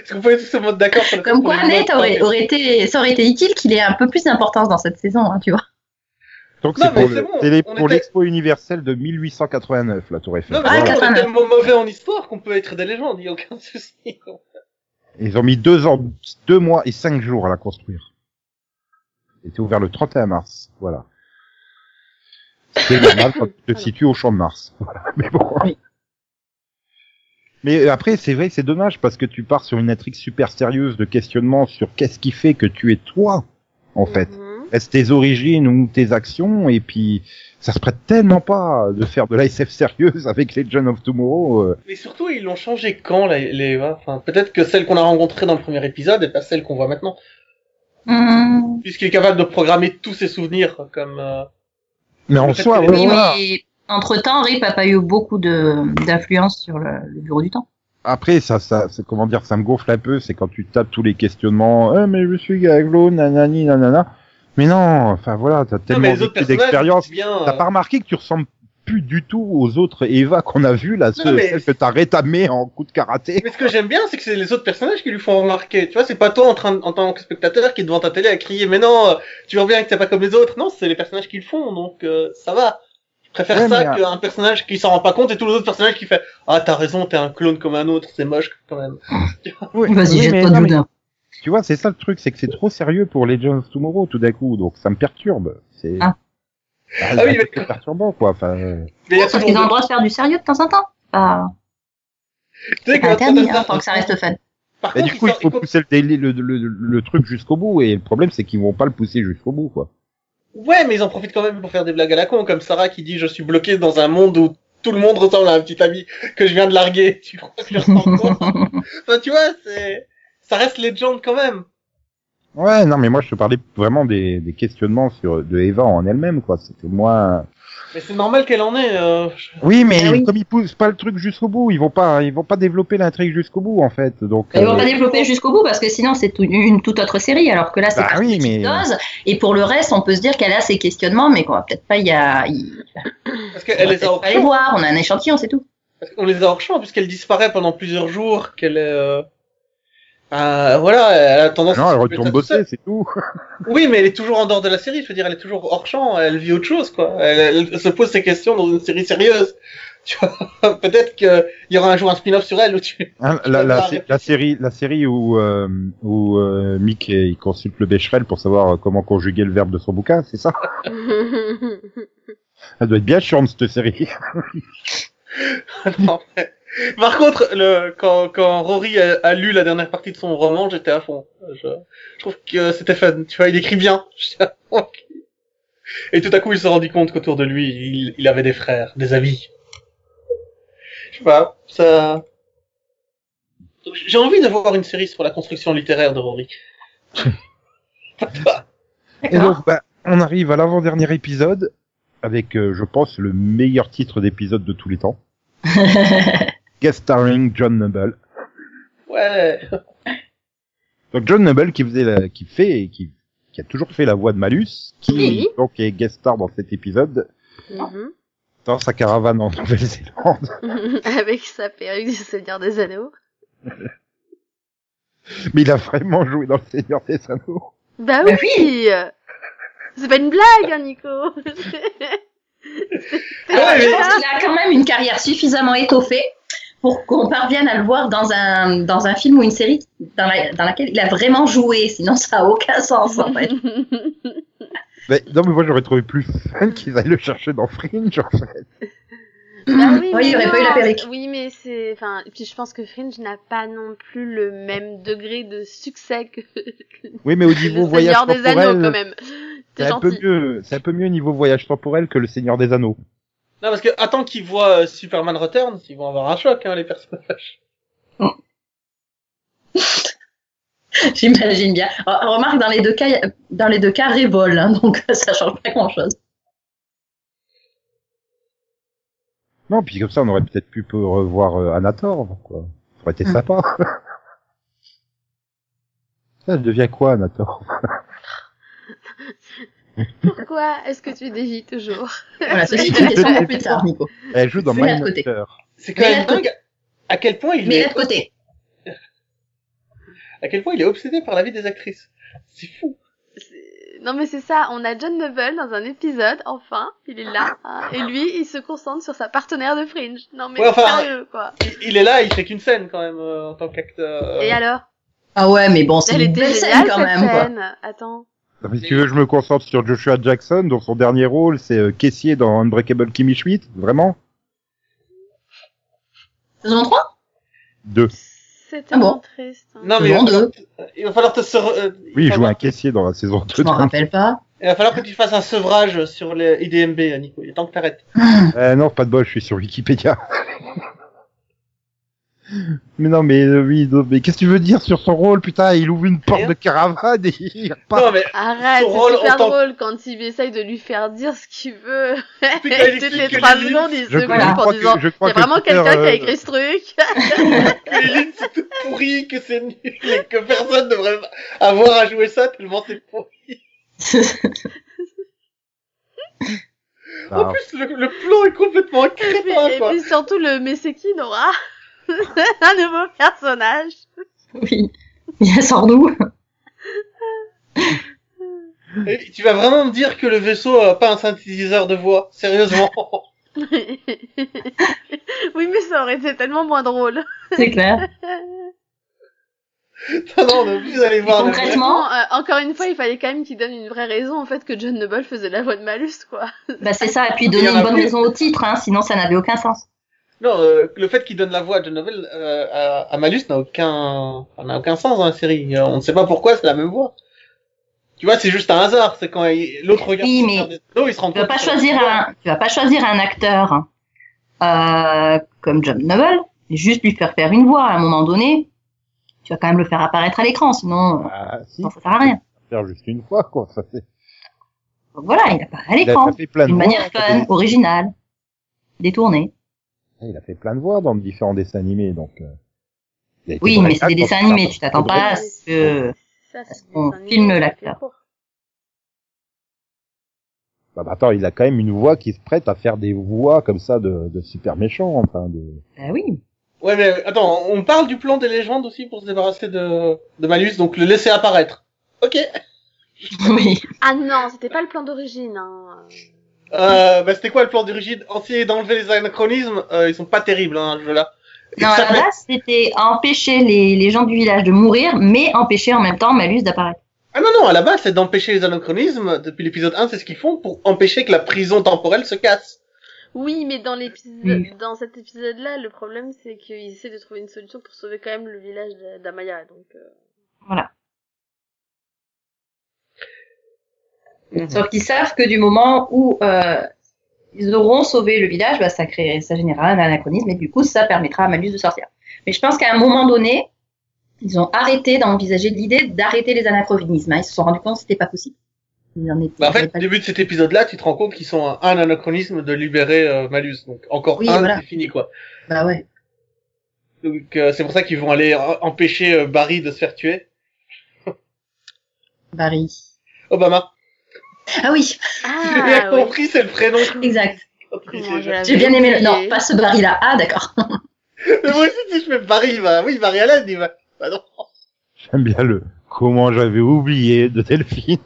S5: Est-ce qu'on peut se mettre d'accord sur le fait
S3: Comme
S5: qu'on
S3: quoi,
S5: lui
S3: Nate
S5: doit-
S3: aurait, aurait été, ça aurait été utile qu'il ait un peu plus d'importance dans cette saison, hein, tu vois.
S4: Donc
S5: Non,
S4: c'est
S5: mais
S4: pour
S5: c'est
S4: le-
S5: bon,
S4: c'est les-
S5: on
S4: pour
S5: était-
S4: l'expo universelle de 1889, la Tour Eiffel.
S5: Non, mais
S3: Ah,
S5: non, on est
S3: 89.
S5: tellement mauvais en histoire qu'on peut être des légendes, il n'y a aucun souci.
S4: Ils ont mis deux, ans, deux mois et cinq jours à la construire. C'était ouvert le 31 mars, voilà.
S5: *laughs*
S4: C'est normal quand tu te situes au champ de Mars. *laughs* Voilà, Mais bon.
S3: Oui.
S4: Mais euh, après, c'est vrai, que c'est dommage parce que tu pars sur une intrigue super sérieuse de questionnement sur qu'est-ce qui fait que tu es toi, en fait.
S6: Mhm.
S4: Est-ce tes origines ou tes actions Et puis, ça se prête tellement pas de faire de la SF sérieuse avec les John of Tomorrow. euh,
S5: Mais surtout, ils l'ont changé quand, les, les enfin, peut-être que celle qu'on a rencontrée dans le premier épisode est pas celle qu'on voit maintenant.
S4: Mmh.
S3: Hmm.
S5: Puisqu'il est capable de programmer tous ses souvenirs, comme, euh,
S4: Mais en
S5: Le fait
S4: soi,
S5: que-
S4: ouais,
S3: Oui,
S4: voilà.
S3: mais entre-temps, Rip a pas eu beaucoup de- d'influence sur le, le bureau du temps.
S4: Après, ça, ça, c'est- comment dire, ça me gonfle un peu, c'est quand tu tapes tous les questionnements, eh, mais je suis Gaglo, nanani, nanana. Mais non, enfin voilà, t'as
S5: Non, mais
S4: tellement
S5: les
S4: vécu
S5: autres personnages,
S4: d'expérience.
S5: c'est bien,
S4: T'as
S5: euh,
S4: pas remarqué que tu ressembles plus du tout aux autres Eva qu'on a vu là, ceux,
S5: mais-
S4: celles que t'as rétamées en coup de
S5: *laughs*
S4: karaté.
S5: Mais ce que j'aime bien, c'est que c'est les autres personnages qui lui font remarquer. Tu vois, c'est pas toi en, train, de- en tant que spectateur qui est devant ta télé à crier Mais non, euh, tu vois bien que t'es pas comme les autres. Non, c'est les personnages qui le font, donc euh, ça va. Je préfère
S4: Ouais,
S5: ça
S4: mais, euh,
S5: qu'un personnage qui s'en rend pas compte et tous les autres personnages qui fait Ah, t'as raison, t'es un clone comme un autre, c'est moche quand même.
S3: Vas-y,
S4: Oui, oui, mais
S3: jette-toi
S4: non,
S3: du
S4: mais-
S3: d'un.
S4: Tu vois, c'est ça le truc, c'est que c'est trop sérieux pour Legends of Tomorrow tout d'un coup, donc ça me perturbe. C'est
S3: Ah.
S4: Ah,
S5: Ah oui,
S4: c'est perturbant quoi. Enfin, euh,
S5: Mais il y a
S3: Parce qu'ils
S5: toujours.
S3: ont le
S5: des-
S3: droit de faire du sérieux de temps en temps. Ah,
S5: Tu sais
S3: c'est
S5: que
S3: pas interdit,
S5: Internet-
S3: hein, tant que ça reste fun.
S5: Par
S4: bah,
S5: contre,
S4: du coup, il
S5: sort-
S4: faut pousser le, délai- le, le- le- le truc jusqu'au bout, et le problème c'est qu'ils vont pas le pousser jusqu'au bout quoi.
S5: Ouais, mais ils en profitent quand même pour faire des blagues à la con, comme Sarah qui dit Je suis bloqué dans un monde où tout le monde ressemble à un petit ami que je viens de larguer. Tu crois que je ressemble
S3: *laughs*
S5: encore Enfin, tu vois, c'est. Ça reste légende quand même.
S4: Ouais, non, mais moi je te parlais vraiment des, des questionnements sur de Eva en elle-même, quoi. C'était moins.
S5: Mais c'est normal qu'elle en ait. Euh... je-
S4: Oui, mais
S3: Ah oui.
S4: comme ils poussent pas le truc jusqu'au bout, ils vont pas, ils vont pas développer l'intrigue jusqu'au bout, en fait. Donc.
S3: Ils vont
S4: euh,
S3: pas développer jusqu'au bout parce que sinon c'est tout- une toute autre série. Alors que là c'est
S4: Bah
S3: pas
S4: oui,
S3: une petite
S4: mais-
S3: dose. Et pour le reste, on peut se dire qu'elle a ses questionnements, mais qu'on va peut-être pas y, a... y-
S5: Parce
S3: on va
S5: qu'elle les a
S3: peut-être
S5: hors
S3: pas les
S5: champ.
S3: voir. On a un échantillon, c'est tout.
S5: Parce qu'on les a hors champ, puisqu'elle disparaît pendant plusieurs jours, qu'elle est. Euh... euh, voilà, elle a tendance
S4: non, elle
S5: à s'occuper de
S4: retourne
S5: ça toute
S4: bosser, c'est tout.
S5: seule. Oui, mais elle est toujours en dehors de la série, je veux dire, elle est toujours hors champ, elle vit autre chose, quoi. Elle, elle se pose ses questions dans une série sérieuse. *laughs* Tu vois, peut-être qu'il y aura un jour un spin-off sur elle où tu.
S4: Hein, la, la,
S5: pas
S4: sé- la série, la série où euh, où euh, Mick eh, il consulte le Becherel pour savoir comment conjuguer le verbe de son bouquin, c'est ça *laughs*
S6: Mhm.
S4: Elle doit être bien chiante cette série.
S5: *laughs* Non, mais- Par contre, le, quand, quand Rory a, a lu la dernière partie de son roman, j'étais à fond. Je, je trouve que c'était fun. Tu vois, il écrit bien. *laughs* J'étais à fond. Et tout à coup, il s'est rendu compte qu'autour de lui, il, il avait des frères, des amis. Je sais pas, ça... J'ai envie de voir une série sur la construction littéraire de Rory.
S4: Et donc, bah, on arrive à l'avant-dernier épisode avec, euh, je pense, le meilleur titre d'épisode de tous les
S6: *laughs*
S4: temps. Guest starring John Noble.
S5: Ouais.
S4: Donc John Noble qui faisait la, qui fait et qui, qui a toujours fait la voix de Malus, qui
S6: Oui.
S4: donc est guest star dans cet épisode,
S6: Mhm. *laughs*
S4: dans sa caravane en *laughs* Nouvelle-Zélande.
S6: Avec sa perruque du Seigneur des Anneaux.
S4: Mais il a vraiment joué dans le Seigneur des Anneaux.
S6: Bah
S3: Bah
S6: oui C'est pas une blague, hein,
S4: *laughs*
S6: Nico *laughs*
S5: Ah ouais,
S3: Je
S5: mais-
S3: pense qu'il a quand même une carrière suffisamment étoffée pour qu'on parvienne à le voir dans un, dans un film ou une série dans, la- dans laquelle il a vraiment joué, sinon ça n'a aucun sens en fait.
S4: Mais, non mais moi j'aurais trouvé plus fun qu'ils aillent le chercher dans Fringe en fait.
S6: Bah oui,
S3: Ouais,
S6: mais
S3: il aurait
S6: non.
S3: pas eu la perruque.
S6: Oui, mais c'est. Enfin, et puis je pense que Fringe n'a pas non plus le même degré de succès que *laughs*
S4: Oui mais au
S6: le
S4: niveau voyage
S6: Seigneur des Anneaux, quand
S4: temporel,
S6: même.
S4: c'est
S6: C'est
S4: un peu
S6: gentil.
S4: mieux, c'est un peu mieux niveau voyage temporel que le Seigneur des Anneaux.
S5: Non, parce que, attends qu'ils voient euh, Superman Returns, ils vont avoir un choc, hein, les personnages.
S3: J'imagine bien. Alors, Remarque, dans les deux cas, il y a- dans les deux cas révol, hein, donc *laughs* ça change pas grand chose.
S4: Non puis comme ça on aurait peut-être pu peu revoir euh, Anator quoi. Ça aurait été
S3: Mm.
S4: sympa. *laughs* Ça elle devient quoi Anator
S6: Pourquoi est-ce que tu dévis toujours
S3: *laughs* Voilà, ceci est une question pour plus tard, Nico.
S4: Elle joue dans
S3: C'est à
S4: Mindhunter.
S5: C'est quand
S3: Mais
S5: même
S3: là,
S5: dingue à quel point il
S3: Mais
S5: est
S3: là de côté.
S5: à quel point il est obsédé par la vie des actrices. C'est fou.
S6: C'est- Non mais c'est ça, on a John Neville dans un épisode, enfin, il est là, hein, et lui, il se concentre sur sa partenaire de Fringe. Non mais
S5: Ouais, enfin,
S6: sérieux quoi.
S5: Il, il est là, il fait qu'une scène quand même euh, en tant qu'acteur.
S6: Et alors
S3: Ah ouais, mais bon, c'est
S6: Elle
S3: une
S6: était
S3: belle scène
S6: géniale
S3: quand
S6: cette
S3: même. Quoi.
S6: scène. Attends.
S4: Non, mais si tu veux, je me concentre sur Joshua Jackson, dont son dernier rôle, c'est euh, caissier dans Unbreakable Kimmy Schmidt. Vraiment
S3: Saison 3
S4: Deux.
S6: C'est
S3: Ah bon
S6: tellement triste. hein.
S5: Non mais
S3: Saison
S5: il va,
S3: 2
S5: il va falloir te se... euh,
S4: Oui,
S5: il
S4: il
S5: va
S4: joue un
S5: falloir-
S4: caissier dans la saison 2.
S3: Je m'en rappelle pas. *laughs*
S5: il va falloir que tu fasses un sevrage sur les IDMB, euh, Nico. Il est temps que t'arrêtes.
S4: Euh, non, pas de bol, je suis sur Wikipédia. *laughs* mais non, mais euh, oui, non, mais qu'est-ce que tu veux dire sur son rôle Putain, il ouvre une porte
S5: Rien.
S4: de caravane et il
S5: Non
S4: repart.
S5: mais
S6: Arrête,
S5: Son rôle
S6: c'est super
S5: en tant-
S6: drôle quand il essaye de lui faire dire ce qu'il veut. *laughs*
S5: Puis qu'elle
S6: Et toutes
S5: explique
S6: les
S5: que
S6: trois
S5: les-
S6: secondes, il se
S4: je,
S3: voilà.
S6: coupe en disant
S4: je
S6: Il y a
S4: que
S6: vraiment
S4: Peter,
S6: quelqu'un qui
S4: euh,
S6: a écrit
S4: *laughs*
S6: ce truc.
S5: que les lignes c'est tout pourri, que c'est nul, et que personne devrait avoir à jouer ça tellement c'est pourri. En
S4: ah,
S5: plus, le, le plan est
S6: *laughs*
S5: complètement
S6: Et puis,
S5: crétin,
S6: et
S5: quoi.
S6: puis surtout le mais c'est qui Nora *laughs* C'est un nouveau personnage. *laughs*
S3: oui. Il y a Sardou.
S5: Et tu vas vraiment me dire que le vaisseau a pas un synthétiseur de voix Sérieusement *laughs*
S6: oui, mais ça aurait été tellement moins drôle.
S3: *laughs* C'est clair.
S5: Non, non, on est obligé d'aller voir. le vrai.
S3: Concrètement,
S6: Bon, euh, encore une fois, il fallait quand même qu'il donne une vraie raison en fait que John Noble faisait la voix de Malus, quoi.
S3: bah c'est ça. Et puis
S5: Il y
S3: donner
S5: en
S3: une
S5: a
S3: bonne
S5: plus.
S3: raison au titre, hein, sinon ça n'avait aucun sens.
S5: Non, euh, le fait qu'il donne la voix à John Novel euh, à, à Malus n'a aucun, enfin, n'a aucun sens dans la série. Euh, on ne sait pas pourquoi c'est la même voix. Tu vois, c'est juste un hasard. C'est quand il- l'autre regarde
S3: Oui,
S5: son
S3: mais-
S5: frère des- Non, il se rend
S3: Tu vas
S5: compte.
S3: pas
S5: que-
S3: choisir un, tu vas pas choisir un acteur hein. euh, comme John Noble, mais juste lui faire faire une voix à un moment donné. Tu vas quand même le faire apparaître à l'écran, sinon euh,
S4: ah, si,
S3: non, ça sert à rien.
S4: faire juste une fois, quoi. Ça fait,
S3: Donc voilà, il apparaît à
S4: il, a,
S3: l'écran
S4: ça fait plein de
S3: d'une
S4: voix.
S3: manière
S4: ça fait- eh,
S3: fun, originale, détournée.
S4: Il a fait plein de voix dans différents dessins animés, donc. euh, il a été
S3: Oui,
S4: dans
S3: mais
S4: la
S3: c'est des
S4: carte
S3: dessins
S4: dans-
S3: animés, tu t'attends
S4: dans-
S3: pas à ce que...
S6: Ça, c'est
S3: Parce qu'on
S6: un
S3: filme
S6: niveau
S3: l'acteur.
S6: qui est court.
S4: Bah, bah, attends, il a quand même une voix qui se prête à faire des voix comme ça de, de super méchants, enfin de. *laughs*
S3: Bah oui,
S5: Ouais, mais attends, on parle du plan des légendes aussi pour se débarrasser de, de Malus, donc le laisser apparaître. Ok.
S3: *laughs* oui.
S6: Ah non, c'était pas le plan d'origine. Hein.
S5: Euh, bah, c'était quoi le plan d'origine Essayer d'enlever les anachronismes, euh, ils sont pas terribles, hein, le jeu là.
S3: Non, à la base, c'était empêcher les, les gens du village de mourir, mais empêcher en même temps Malus d'apparaître.
S5: Ah non, non, à la base, c'est d'empêcher les anachronismes. Depuis l'épisode 1, c'est ce qu'ils font pour empêcher que la prison temporelle se casse.
S6: Oui, mais dans l'épisode,
S3: Oui.
S6: dans cet épisode-là, le problème c'est qu'ils essaient de trouver une solution pour sauver quand même le village de- d'Amaya. Donc, euh,
S3: Voilà. Sauf qu'ils savent que du moment où euh, ils auront sauvé le village, bah, ça, créera, ça générera un anachronisme et du coup, ça permettra à Malus de sortir. Mais je pense qu'à un moment donné, ils ont arrêté d'envisager l'idée d'arrêter les anachronismes. hein. Ils se sont rendus compte que c'était pas possible. Ils en étaient-
S5: Bah, en
S3: ils avaient
S5: fait,
S3: pas
S5: au
S3: le-
S5: début de cet épisode-là, tu te rends compte qu'ils sont à un anachronisme de libérer euh, Malus. Donc, encore
S3: Oui,
S5: un,
S3: voilà.
S5: c'est fini, quoi.
S3: bah ouais.
S5: Donc, euh, c'est pour ça qu'ils vont aller euh, empêcher euh, Barry de se faire tuer.
S3: Barry.
S5: Obama.
S3: Ah oui,
S5: *laughs* J'ai bien
S6: *laughs* ah, ouais.
S5: compris, c'est le prénom. Oh,
S3: exact.
S6: Comment je l'avais
S3: J'ai bien aimé le. Non,
S6: oublié.
S3: pas ce Barry-là. Ah, d'accord.
S5: Mais moi aussi, si je mets Barry, il va, oui, Barry Allen, il va. Bah non.
S4: J'aime bien le. Comment j'avais oublié de Delphine.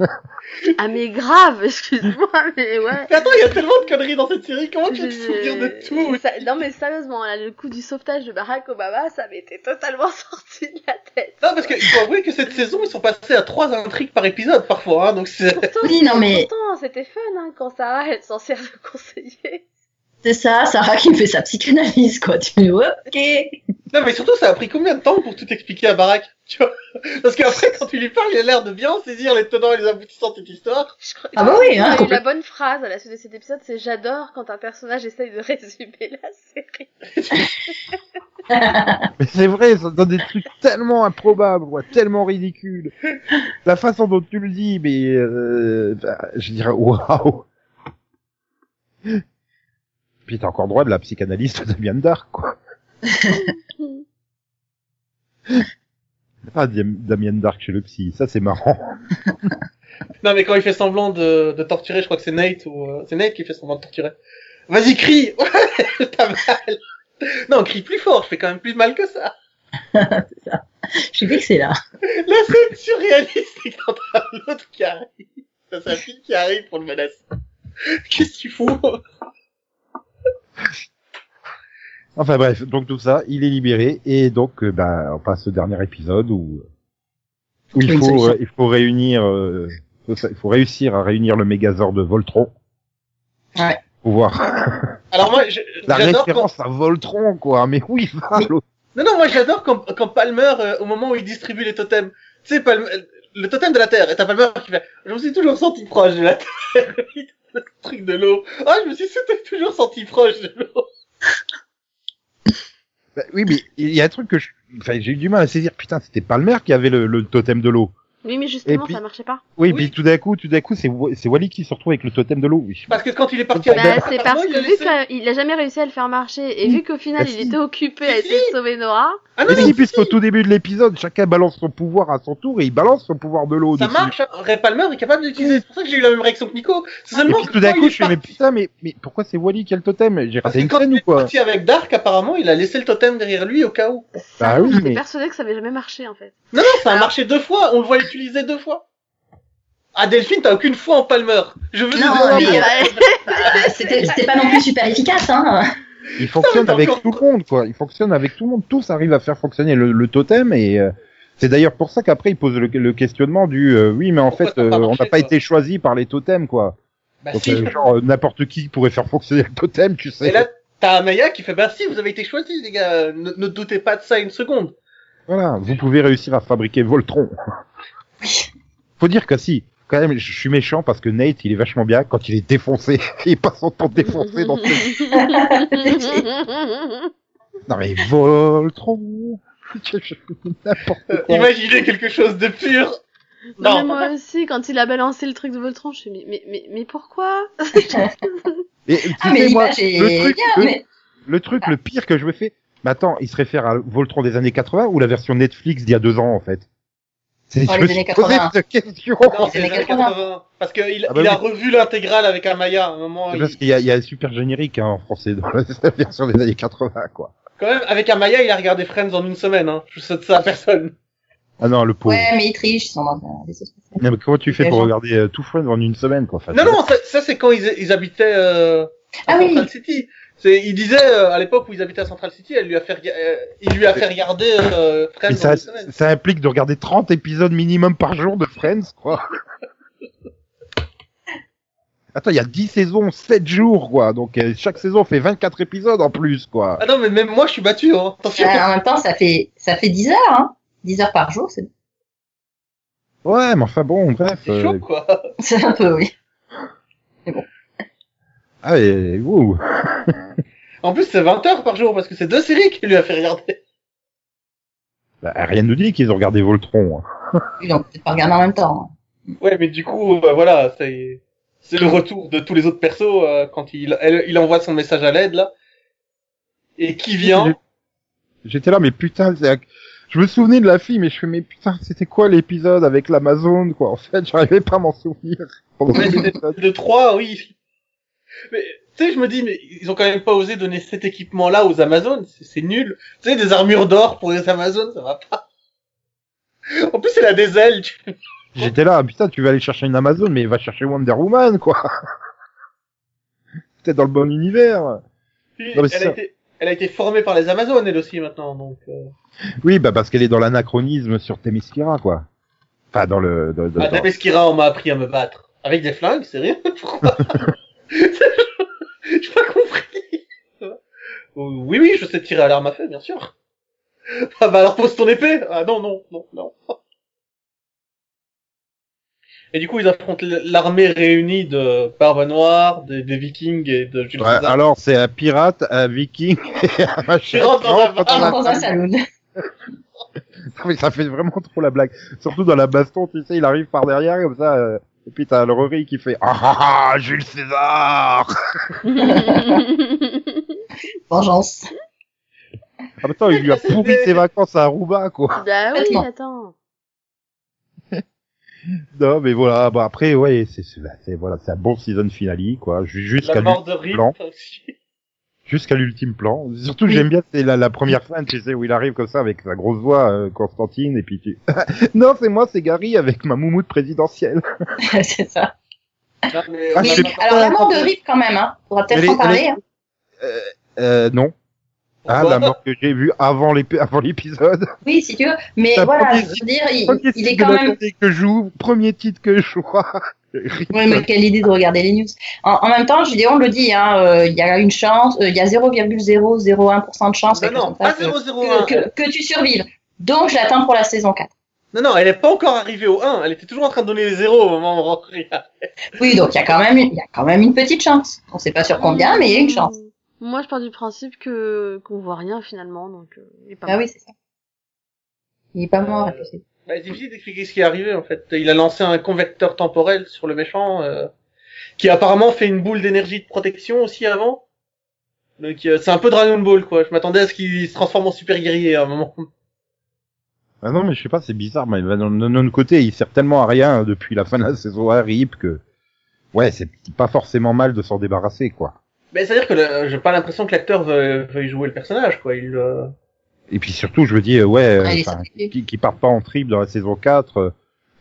S6: Ah mais grave, excuse-moi, *laughs* mais ouais.
S5: Mais attends, il y a tellement de conneries dans cette série,
S3: Oh,
S5: comment tu vas te
S6: Je-
S5: souvenir de tout
S6: Ça- non mais sérieusement, là, le coup du sauvetage de Barack Obama, ça m'était totalement *laughs* sorti de la tête.
S5: Non, parce qu'il faut avouer que cette saison, ils sont passés à trois intrigues par épisode, parfois, hein, donc c'est...
S6: Pourtant,
S3: Oui, non, mais-
S6: pourtant, c'était fun hein, quand Sarah elle s'en sert de conseiller. *laughs*
S3: C'est ça, Sarah qui me fait sa psychanalyse, quoi. Tu me dis, ok.
S5: Non, mais surtout, ça a pris combien de temps pour tout expliquer à Barack tu vois Parce qu'après, quand tu lui parles, il a l'air de bien saisir les tenants et les aboutissants de cette histoire.
S6: Je crois-
S3: Ah bah oui,
S6: Il y
S3: hein,
S6: a eu la
S3: complètement.
S6: bonne phrase à la suite de cet épisode, c'est j'adore quand un personnage essaye de *laughs* résumer la série.
S4: *laughs* Mais c'est vrai, ça donne des trucs tellement improbables, ouais, tellement ridicules. La façon dont tu le dis, mais euh, bah, je dirais waouh. Puis t'as encore droit de la psychanalyste de Diane Dark, quoi. Ah, Diem- Damien Dark chez le psy, ça c'est marrant.
S5: Non, mais quand il fait semblant de, de torturer, je crois que c'est Nate ou... euh, c'est Nate qui fait semblant de torturer. Vas-y, crie *laughs* Ouais, T'as mal Non, crie plus fort, je fais quand même plus mal que ça
S3: C'est ça. Je suis vexée là.
S5: La scène surréaliste et quand t'as l'autre qui arrive, t'as sa fille qui arrive pour le menacer. Qu'est-ce qu'il faut
S4: Enfin bref, donc tout ça, il est libéré et donc euh, bah, on passe au dernier épisode où, où il
S3: Une
S4: faut
S3: solution.
S4: euh, il faut réunir euh, faut ça- il faut réussir à réunir le Mégazord de Voltron.
S3: Ouais.
S4: Pour voir
S5: Alors moi, je-
S4: la
S5: j'adore quand...
S4: référence à Voltron quoi, mais oui, va, l'autre.
S5: Non, non, moi j'adore quand, quand Palmer, euh, au moment où il distribue les totems, tu sais, Palmer, euh, le totem de la Terre, et t'as Palmer qui fait « Je me suis toujours senti proche de la Terre », *laughs* le truc de l'eau. « Ah, je me suis toujours senti proche de l'eau
S4: Bah oui, mais il y a un truc que je- enfin, j'ai eu du mal à saisir. Putain, c'était Palmer qui avait le, le totem de l'eau.
S6: Oui, mais justement,
S4: Et puis-
S6: ça marchait pas.
S4: Oui,
S5: Oui.
S4: puis tout d'un coup, tout d'un coup, c'est Wa- c'est Wally qui se retrouve avec le totem de l'eau. Oui. ».
S5: Parce que quand il est parti...
S4: Bah,
S5: avec Palmer,
S6: Bah, c'est parce
S5: il
S6: que
S5: a
S6: vu
S5: laissé-
S6: qu'il a jamais réussi à le faire marcher, et
S4: Si.
S6: vu qu'au final
S4: Bah,
S6: il
S4: si.
S6: était occupé à
S5: Si,
S6: essayer de sauver Nora,
S5: Ah non,
S4: Mais
S5: non,
S4: si, puisqu'au tout début de l'épisode, chacun balance son pouvoir à son tour et il balance son pouvoir de l'eau.
S5: ça
S4: dessus.
S5: marche, hein. Ray Palmer est capable d'utiliser, c'est pour ça que j'ai eu la même réaction que Nico. C'est
S4: Et
S5: seulement
S4: puis
S5: que
S4: tout d'un
S5: quand
S4: coup,
S5: il
S4: je fais,
S5: est
S4: Ah, mais
S5: parti-
S4: putain, mais, mais pourquoi c'est Wally qui a le totem J'ai
S5: Parce
S4: raté
S5: que
S4: une
S5: quand il
S4: scène ou
S5: est
S4: quoi
S5: parti avec Dark, apparemment, il a laissé le totem derrière lui au cas où.
S6: ça,
S4: Bah oui,
S5: *laughs*
S6: j'étais
S4: mais-
S6: persuadée que ça avait jamais marché en fait.
S5: Non, non, ça a
S6: Alors-
S5: marché deux fois, on le voit l'utiliser deux fois. Ah, Delphine, t'as aucune foi en Palmer. Je veux
S3: Non,
S5: des
S3: oui,
S5: éléments.
S3: euh, C'était c'était pas non plus super efficace. Hein. *laughs*
S4: Il fonctionne
S5: mais
S4: avec
S5: encore-
S4: tout le monde, quoi. Il fonctionne avec tout le monde. Tous arrivent à faire fonctionner le, le totem et euh, c'est d'ailleurs pour ça qu'après il pose le, le questionnement du euh, oui, mais en
S5: Pourquoi
S4: fait,
S5: ça a pas
S4: euh, on
S5: marché,
S4: n'a pas
S5: quoi
S4: été choisi par les totems, quoi.
S5: Bah,
S4: Donc,
S5: si.
S4: euh, genre euh, n'importe qui pourrait faire fonctionner le totem, tu sais.
S5: Et là, t'as Amaya qui fait Bah si, vous avez été choisi, les gars, euh, ne, ne doutez pas de ça une seconde.
S4: Voilà, vous pouvez réussir à fabriquer Voltron. Faut dire que si, quand même, je suis méchant parce que Nate, il est vachement bien quand il est défoncé. *laughs* il passe son temps défoncé dans ce... Non mais Voltron Je- je- N'importe
S5: Euh,
S4: quoi.
S5: Imaginez quelque chose de pur.
S6: Non, mais
S5: Non.
S6: moi aussi, quand il a balancé le truc de Voltron, je me suis dit, mais, mais, mais pourquoi
S4: Et, tu
S3: Ah,
S4: sais,
S3: mais
S4: moi,
S3: l'image
S4: le
S3: est
S4: truc,
S3: bien,
S4: le,
S3: mais
S4: le truc le pire que je me fais... Mais attends, il se réfère à Voltron des années 80 ou la version Netflix d'il y a deux ans en fait C'est
S3: Oh,
S4: je
S3: les
S4: me suis
S3: années
S4: posé
S3: 80.
S4: cette question
S5: Non, c'est
S3: les
S5: les
S3: années
S5: années
S3: 80.
S5: 80. Parce qu'il
S4: Ah bah
S5: il a revu l'intégrale avec Amaya à un moment.
S4: C'est
S5: il-
S4: Parce qu'il y a, il y a un super générique hein, en français dans la *laughs* la version des années 80 quoi.
S5: Quand même, avec Amaya, il a regardé Friends en une semaine. Hein. Je souhaite ça à personne.
S4: Ah non, le pauvre.
S3: ouais, mais ils trichent, ils sont dans un vaisseau spatial.
S4: Non, mais comment tu fais
S3: Les
S4: pour
S3: gens.
S4: regarder euh, Two Friends en une semaine quoi enfin,
S5: Non, non, ça, ça, Ah, c'est quand ils, ils habitaient euh, à
S3: Ah oui.
S5: Central City. C'est, il disait euh, à l'époque où ils habitaient à Central City, elle lui a fait, rega- euh, il lui a fait regarder euh, Friends
S4: Mais
S5: en
S4: ça,
S5: une semaine.
S4: ça implique de regarder 30 épisodes minimum par jour de Friends, quoi. *laughs* Attends, il y a 10 saisons, 7 jours, quoi. Donc euh, chaque saison fait 24 épisodes en plus, quoi.
S5: Ah non, mais même moi, je suis battu. Hein. Attention.
S3: Ouais, Euh, en même temps, ça fait, ça fait 10 heures. Hein. 10 heures par jour, c'est *laughs*
S4: Ouais, mais enfin bon, bref.
S5: c'est chaud,
S4: euh,
S5: quoi.
S3: c'est un peu, oui.
S4: ah, et, wouh.
S5: En plus, c'est 20 heures par jour parce que c'est deux séries qu'il lui a fait regarder.
S4: Bah, rien nous dit qu'ils ont regardé Voltron. hein.
S3: Ils ont peut-être pas regardé en même temps. hein.
S5: Ouais, mais du coup, euh, voilà, c'est c'est le retour de tous les autres persos euh, quand il elle- il envoie son message à l'aide là. Et qui vient
S4: J'étais là, mais putain, c'est ac- je me souvenais de la fille, mais je fais, mais putain, c'était quoi l'épisode avec l'Amazon, quoi. En fait, j'arrivais pas à m'en souvenir. pendant
S5: Ouais,
S4: tout
S5: c'était-
S4: l'épisode.
S5: de trois, oui. Mais tu sais, je me dis, mais ils ont quand même pas osé donner cet équipement-là aux Amazones, c'est c'est nul. Tu sais, des armures d'or pour les Amazones, ça va pas. En plus, elle a des ailes. tu-
S4: J'étais là, putain, tu vas aller chercher une Amazon, mais va chercher Wonder Woman, quoi. Peut-être dans le bon univers.
S5: Puis,
S4: Non, mais c'est
S5: elle, a
S4: ça.
S5: été, elle a été formée par les Amazones, elle aussi maintenant, donc. euh,
S4: Oui, bah parce qu'elle est dans l'anachronisme sur Themyscira, quoi. Enfin, dans le. Dans, dans-
S5: Ah,
S4: dans-
S5: Dabeskira, on m'a appris à me battre. Avec des flingues, c'est rien Pourquoi *laughs* J'ai pas compris. Euh, Oui, oui, je sais tirer à l'arme à feu, bien sûr. Ah bah alors pose ton épée Ah non, non, non, non. Et du coup, ils affrontent l'armée réunie de Barbe Noire, des, des Vikings et de Jules
S4: Ouais,
S5: César.
S4: alors, c'est un pirate, un viking *laughs* et un machin.
S5: Qui rentre dans
S4: Non,
S5: un-
S4: quand
S5: Ah,
S4: on a-
S3: Ah, dans un saloon.
S4: Mais ça fait vraiment trop la blague. Surtout dans la baston, tu sais, il arrive par derrière, comme ça. euh, Et puis t'as le Rory qui fait Ah ah ah, Jules César
S3: *laughs*
S4: *laughs*
S6: Bah
S3: Vengeance. *laughs*
S4: En même temps, il lui a pourri ses vacances à Aruba, quoi.
S6: Bah oui,
S3: Complètement.
S6: attends.
S4: Non, mais voilà, bah après, ouais, c'est, c'est, c'est- voilà, c'est un bon season finale, quoi. Ju- Jusqu'à
S5: La
S4: du,
S5: mort de Rip
S4: blanc.
S5: aussi.
S4: jusqu'à l'ultime plan. Surtout,
S3: Oui.
S4: j'aime bien, c'est la, la première scène, tu sais, où il arrive comme ça avec sa grosse voix, euh, Constantine, et puis tu... *laughs* non, c'est moi, c'est Gary, avec ma moumoute présidentielle.
S3: c'est ça.
S5: Non, mais
S4: Ah,
S5: on
S3: Mais-
S4: c'est
S5: a-
S4: pas-
S3: alors la mort de Rip quand même, hein. On va peut-être
S4: Elle
S3: en
S4: est-
S3: parler.
S4: elle est-
S3: hein.
S4: Euh, non. Ah,
S5: Pourquoi
S4: la mort que j'ai vue avant l'ép- avant l'épisode.
S3: Oui, si tu veux. Mais
S4: La
S3: voilà,
S4: première-
S3: je veux dire, il,
S4: Premier
S3: il est
S4: titre
S3: quand
S4: de
S3: même.
S4: l'année que j'ouvre, premier titre que
S3: *laughs*
S4: je vois. Rip.
S3: Oui, mais quelle idée de regarder les news. En, en même temps, Gideon le dit, hein, euh, il y a une chance, euh, il y a 0,001% de chance
S5: Non,
S3: quelque
S5: non,
S3: chose comme
S5: pas
S3: ça, que,
S5: 001.
S3: que- que- que tu survives. Donc, je l'attends pour la saison 4.
S5: Non, non, elle est pas encore arrivée au 1. Elle était toujours en train de donner les 0 au moment où on rentrait.
S3: Oui, donc il y a quand même, une- il y a quand même une petite chance. On sait pas sur combien, mais il y a une chance.
S6: Moi, je pars du principe que qu'on voit rien finalement, donc. euh, il est pas
S3: Ah
S6: mal.
S3: oui, c'est ça. Il est pas mort. la petite.
S5: Bah, c'est difficile d'expliquer ce qui est arrivé en fait. Il a lancé un convecteur temporel sur le méchant, euh, qui a apparemment fait une boule d'énergie de protection aussi avant. Donc euh, c'est un peu Dragon Ball quoi. Je m'attendais à ce qu'il se transforme en super guerrier à un moment. *laughs*
S4: Ah non, mais je sais pas, c'est bizarre, mais de notre côté, il sert tellement à rien euh, depuis la fin de la saison 1, Rip, que... Ouais, c'est pas forcément mal de s'en débarrasser, quoi.
S5: Mais c'est à dire que le- j'ai pas l'impression que l'acteur veuille, veuille jouer le personnage quoi. Il euh,
S4: Et puis surtout, je veux dire, ouais, euh,
S3: Ah, il est
S4: enfin,
S3: sacrifié.
S4: qui, qui partent pas en trip dans la saison 4, euh,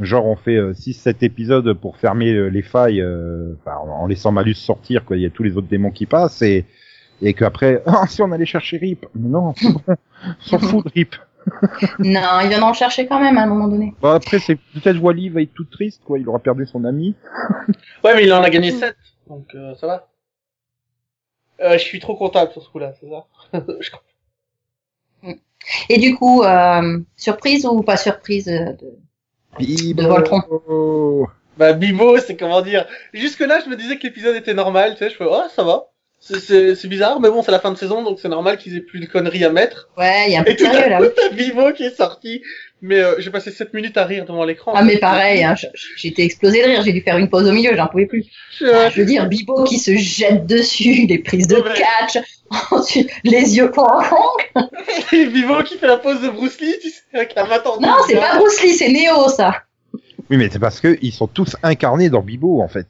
S4: genre on fait 6-7 épisodes pour fermer euh, les failles, euh, enfin, en, en laissant Malus sortir, quoi, il y a tous les autres démons qui passent, et, et qu'après, *laughs* ah, si on allait chercher Rip, mais non, c'est bon, on s'en fout de Rip.
S3: Non, il viendra en chercher quand même à un moment donné.
S4: Bon, après, c'est peut-être Wally va être tout triste, quoi, il aura perdu son ami.
S5: Ouais, mais il en a gagné 7, donc euh, ça va. Euh, je suis trop comptable sur ce coup-là, c'est ça Je comprends.
S3: Et du coup, euh, surprise ou pas surprise euh, de-
S4: Bibo.
S3: Voltron.
S4: oh.
S5: Bah, Bibo, c'est comment dire Jusque-là, je me disais que l'épisode était normal, tu sais, je fais, oh, ça va. C'est- C'est c'est bizarre, mais bon, c'est la fin de saison, donc c'est normal qu'ils aient plus de conneries à mettre. *laughs*
S3: Ouais, il y a un peu
S5: Et
S3: de
S5: tout à
S3: sérieux là. oui.
S5: coup, t'as Bibo qui est sorti, mais euh, j'ai passé 7 minutes à rire devant l'écran.
S3: Ah mais pareil, hein, je- je- j'étais explosé de rire, j'ai dû faire une pause au milieu, j'en pouvais plus.
S5: *laughs* Je- euh,
S3: Je veux dire, Bibo qui se jette dessus, *laughs* les prises de
S5: Ouais.
S3: catch, *laughs* ensuite les yeux pour
S5: Et Bibo qui fait la pose de Bruce Lee, tu sais, avec la main tendue.
S3: Non, c'est pas Bruce Lee, c'est Neo ça. *laughs*
S4: Oui, mais c'est parce que ils sont tous incarnés dans Bibo, en fait.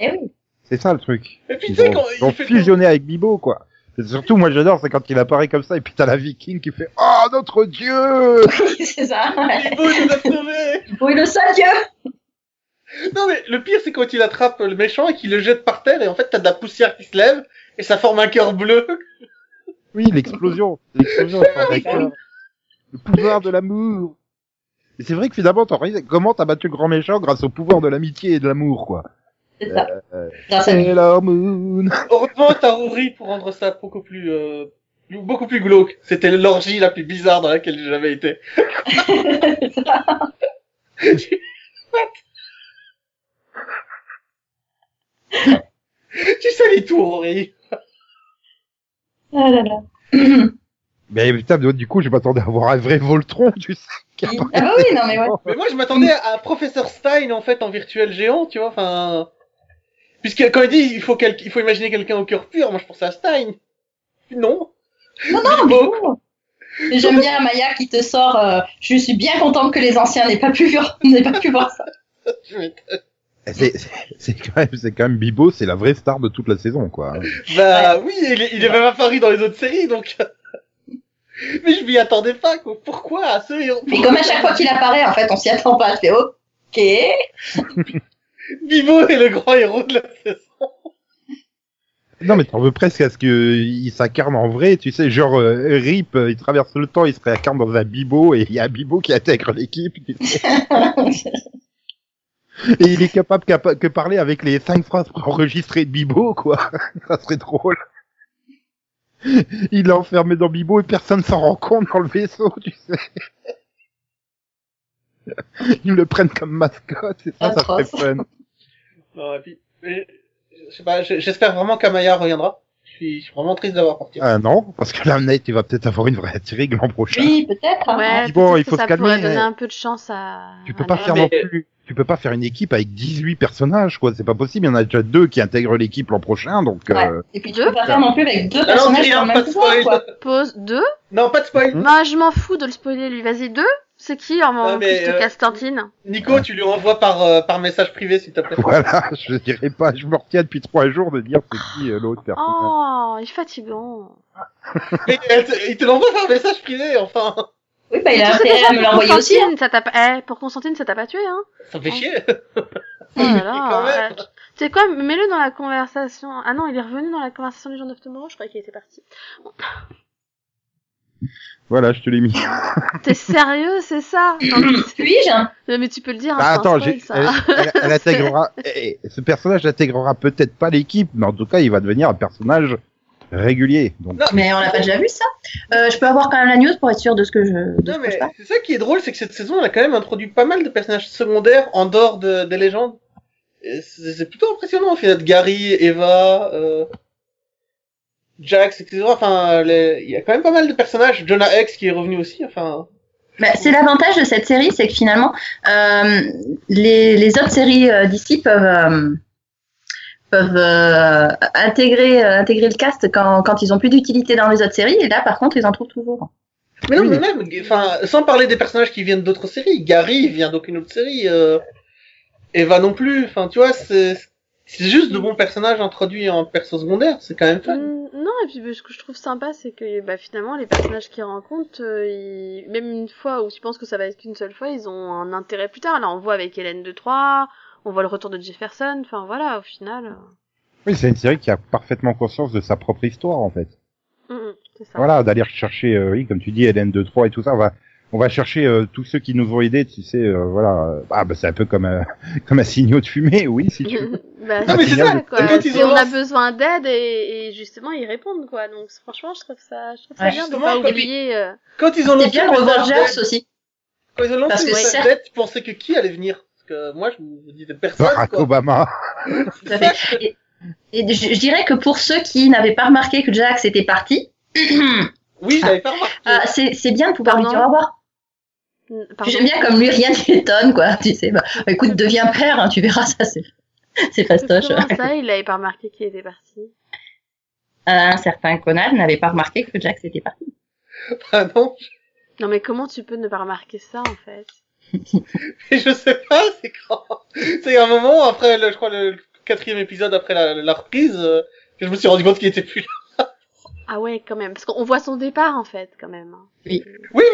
S3: Eh oui.
S4: C'est ça le truc.
S5: Et puis, tu
S4: Ils
S5: sais,
S4: ont,
S5: quand
S4: ils ont
S5: il fait...
S4: fusionné avec Bibo, quoi. Et surtout, moi, j'adore, c'est quand il apparaît comme ça, et puis t'as la viking qui fait « Oh, notre dieu
S3: Oui, c'est ça. ouais.
S5: *laughs* Bibo nous a sauvés
S3: Bibo est le seul dieu.
S5: Non, mais le pire, c'est quand il attrape le méchant et qu'il le jette par terre, et en fait, t'as de la poussière qui se lève, et ça forme un cœur bleu. !»
S4: Oui, l'explosion. L'explosion. enfin, avec, euh, le pouvoir de l'amour. Et c'est vrai que finalement, t'en réalises comment t'as battu le grand méchant grâce au pouvoir de l'amitié et de l'amour, quoi.
S3: C'est ça.
S4: euh,
S3: Grâce à lui.
S4: Sailor Moon.
S5: Heureusement, t'as Rory pour rendre ça beaucoup plus, euh, beaucoup plus glauque. C'était l'orgie la plus bizarre dans laquelle j'ai jamais été. Tu salis tout, Rory.
S3: Ah là là. ah
S4: Mais putain, du coup, je m'attendais à voir un vrai Voltron, tu sais. qui apparaît.
S3: bah oui, non mais
S5: *laughs*
S3: ouais.
S5: Mais moi, je m'attendais à un professeur Stein, en fait, en virtuel géant, tu vois, enfin... Puisque quand il dit, il faut, quel- il faut imaginer quelqu'un au cœur pur, moi, je pensais à Stein. Non.
S3: Non, non, Bibo. Mais J'aime bien Maya qui te sort. euh, je suis bien contente que les anciens n'aient pas pu voir, *laughs* n'aient pas pu voir ça.
S5: Je m'étais-
S4: C'est- c'est- C'est quand même, c'est quand même Bibo, c'est la vraie star de toute la saison, quoi.
S5: Bah oui, il est, il est même apparu dans les autres séries, donc. *laughs* Mais je m'y attendais pas, quoi. Pourquoi à ce héros
S3: Mais
S5: *laughs*
S3: comme à chaque fois qu'il apparaît, en fait, on s'y attend pas. Je fais ok. *laughs*
S5: Bibo est le grand héros de la saison.
S4: Non, mais t'en veux presque à ce qu'il s'incarne en vrai, tu sais, genre euh, Rip, euh, il traverse le temps, il se réincarne dans un bibo, et il y a un bibo qui intègre l'équipe, tu sais. et il est capable capa- que parler avec les cinq phrases enregistrées de bibo, quoi. *laughs* Ça serait drôle. Il est enfermé dans bibo et personne s'en rend compte dans le vaisseau, tu sais. Ils le prennent comme mascotte, c'est ça, ça serait
S3: Atroce.
S4: fun.
S5: Non, et puis, mais, je sais pas, je- j'espère vraiment qu'Amaya reviendra. Je suis, je suis vraiment triste d'avoir parti.
S4: Ah non, parce que là, Nate, il va peut-être avoir une vraie série l'an prochain.
S3: Oui, peut-être. hein.
S6: Ouais,
S4: Dis bon,
S6: peut-être
S4: Ah, il
S6: que
S4: faut
S6: ça
S4: se calmer,
S6: pourrait donner
S4: ouais.
S6: un peu de chance à.
S4: Tu peux
S6: à
S4: pas
S6: Naya.
S4: faire
S5: mais-
S4: non plus. Tu peux pas faire une équipe avec 18 personnages, quoi. C'est pas possible. Il y en a déjà deux qui intègrent l'équipe l'an prochain, donc.
S3: Ouais.
S4: euh, *laughs*
S3: Et puis tu peux pas faire non plus avec deux
S5: Ah non,
S3: personnages
S5: Kylian,
S3: dans le
S5: pas
S3: même
S5: de
S3: pouvoir,
S5: spoil.
S3: quoi.
S6: Pause 2
S5: Non, pas de spoil.
S4: Hmm.
S6: Bah, je m'en fous de le spoiler lui. Vas-y, 2 C'est qui en
S5: Ah,
S6: moment
S5: mais,
S6: plus de
S5: euh,
S6: Castantine
S4: Ah.
S5: Nico, tu lui envoies par, euh, par message privé, s'il te plaît.
S4: Voilà, je dirais pas, je me retiens depuis trois jours de dire c'est qui euh, l'autre personne.
S6: Oh, il est fatigant.
S5: Mais elle te- il te l'envoie par message privé, enfin.
S3: Oui, bah, il
S6: Mais
S3: a
S6: tu sais
S3: intérêt
S6: déjà,
S3: à me
S6: pour
S3: l'envoyer aussi. hein.
S6: Constantine, ça t'a pas- eh, pour Constantine, ça t'a pas tué, hein
S5: Ça me fait chier.
S6: Oh
S5: *laughs*
S6: là là,
S5: quand même.
S6: euh, Tu sais quoi, mets-le dans la conversation. Ah non, il est revenu dans la conversation du Jour of Tomorrow, je croyais qu'il était parti.
S4: Voilà, je te l'ai mis.
S6: T'es sérieux, c'est ça Non, mais-
S4: *laughs*
S3: Puis-je hein
S6: Mais tu peux le dire, hein,
S4: Ah,
S6: c'est un
S4: attends,
S6: spoil,
S4: j'ai-
S6: ça.
S4: elle, elle- elle intégrera. eh, eh, ce personnage n'intégrera peut-être pas l'équipe, mais en tout cas, il va devenir un personnage régulier. Donc,
S5: Non,
S3: Mais on l'a pas déjà vu ça. Euh, je peux avoir quand même la news pour être sûr de ce que je. de
S5: Non,
S3: ce que je
S5: mais
S3: parle.
S5: c'est ça qui est drôle, c'est que cette saison, on a quand même introduit pas mal de personnages secondaires en dehors de- des légendes. Et C'est c'est plutôt impressionnant, au final. Gary, Eva, euh, Jax, etc. Enfin, les- il y a quand même pas mal de personnages. Jonah X qui est revenu aussi, enfin.
S3: Bah, c'est l'avantage de cette série, c'est que finalement, euh, les, les autres séries euh, d'ici peuvent euh, peuvent euh, intégrer euh, intégrer le cast quand, quand ils ont plus d'utilité dans les autres séries. Et là, par contre, ils en trouvent toujours.
S5: Mais non,
S4: Oui,
S5: mais même, enfin, sans parler des personnages qui viennent d'autres séries. Gary vient d'aucune autre série, euh, Eva non plus. Enfin, tu vois, c'est, c'est juste de bons personnages introduits en perso secondaire. C'est quand même fun.
S6: Mm, Non, et puis bah, ce que je trouve sympa, c'est que bah, finalement, les personnages qu'ils rencontrent, euh, ils- même une fois où tu penses que ça va être qu'une seule fois, ils ont un intérêt plus tard. Là, on voit avec Hélène de Troyes, on voit le retour de Jefferson, enfin voilà, au final. euh.
S4: oui, c'est une série qui a parfaitement conscience de sa propre histoire, en fait.
S6: euh, mm, mm, c'est ça.
S4: Voilà, d'aller chercher, oui, comme tu dis, Hélène 2 3 et tout ça, on va, on va chercher euh, tous ceux qui nous ont aidés, tu sais, euh, voilà. euh, Ah, bah, c'est un peu comme, un- *laughs* comme un signaux de fumée, oui, si
S6: *laughs*
S4: tu veux.
S6: *laughs* bah,
S5: Non, mais
S6: c'est
S4: c'est
S6: ça,
S4: ça,
S6: quoi.
S5: quand ils
S6: Si
S5: ont
S6: on a
S5: lancé-
S6: besoin d'aide et, et justement ils répondent quoi. Donc franchement, je trouve ça, je trouve ça
S3: Ouais,
S6: bien de
S5: justement,
S6: pas
S5: quand-
S6: oublier. euh,
S5: Quand ils ont
S3: C'est
S5: lancé
S3: bien
S5: le
S3: de revoir
S5: message
S3: Jax
S5: d'aide-
S3: aussi.
S5: quand ils ont
S3: Parce
S5: lancé
S3: que
S5: le message
S3: certes-
S5: d'aide, tu pensais que qui allait venir? Parce que moi, je vous disais personne,
S4: Barack
S5: quoi.
S4: Obama.
S3: Tout à fait. Et, et je, je dirais que pour ceux qui n'avaient pas remarqué que Jax était parti, *clears throat*
S5: Oui, j'avais pas remarqué.
S3: euh, c'est c'est bien de pouvoir lui
S6: Pardon
S3: dire au revoir.
S6: pardon.
S3: J'aime bien comme lui, rien ne l'étonne, quoi. Tu sais, bah, écoute, deviens père, hein, tu verras ça, c'est *laughs* c'est fastoche. Euh,
S6: Comment ça, il avait pas remarqué qu'il était parti.
S3: Un certain Conan n'avait pas remarqué que Jax était parti.
S5: Ah non,
S6: Non mais comment tu peux ne pas remarquer ça en fait
S5: mais je sais pas, c'est grand. C'est un moment, après, le, je crois, le quatrième épisode, après la, la reprise, euh, que je me suis rendu compte qu'il était plus là.
S6: Ah ouais, quand même, parce qu'on voit son départ en fait, quand même. hein.
S5: Oui,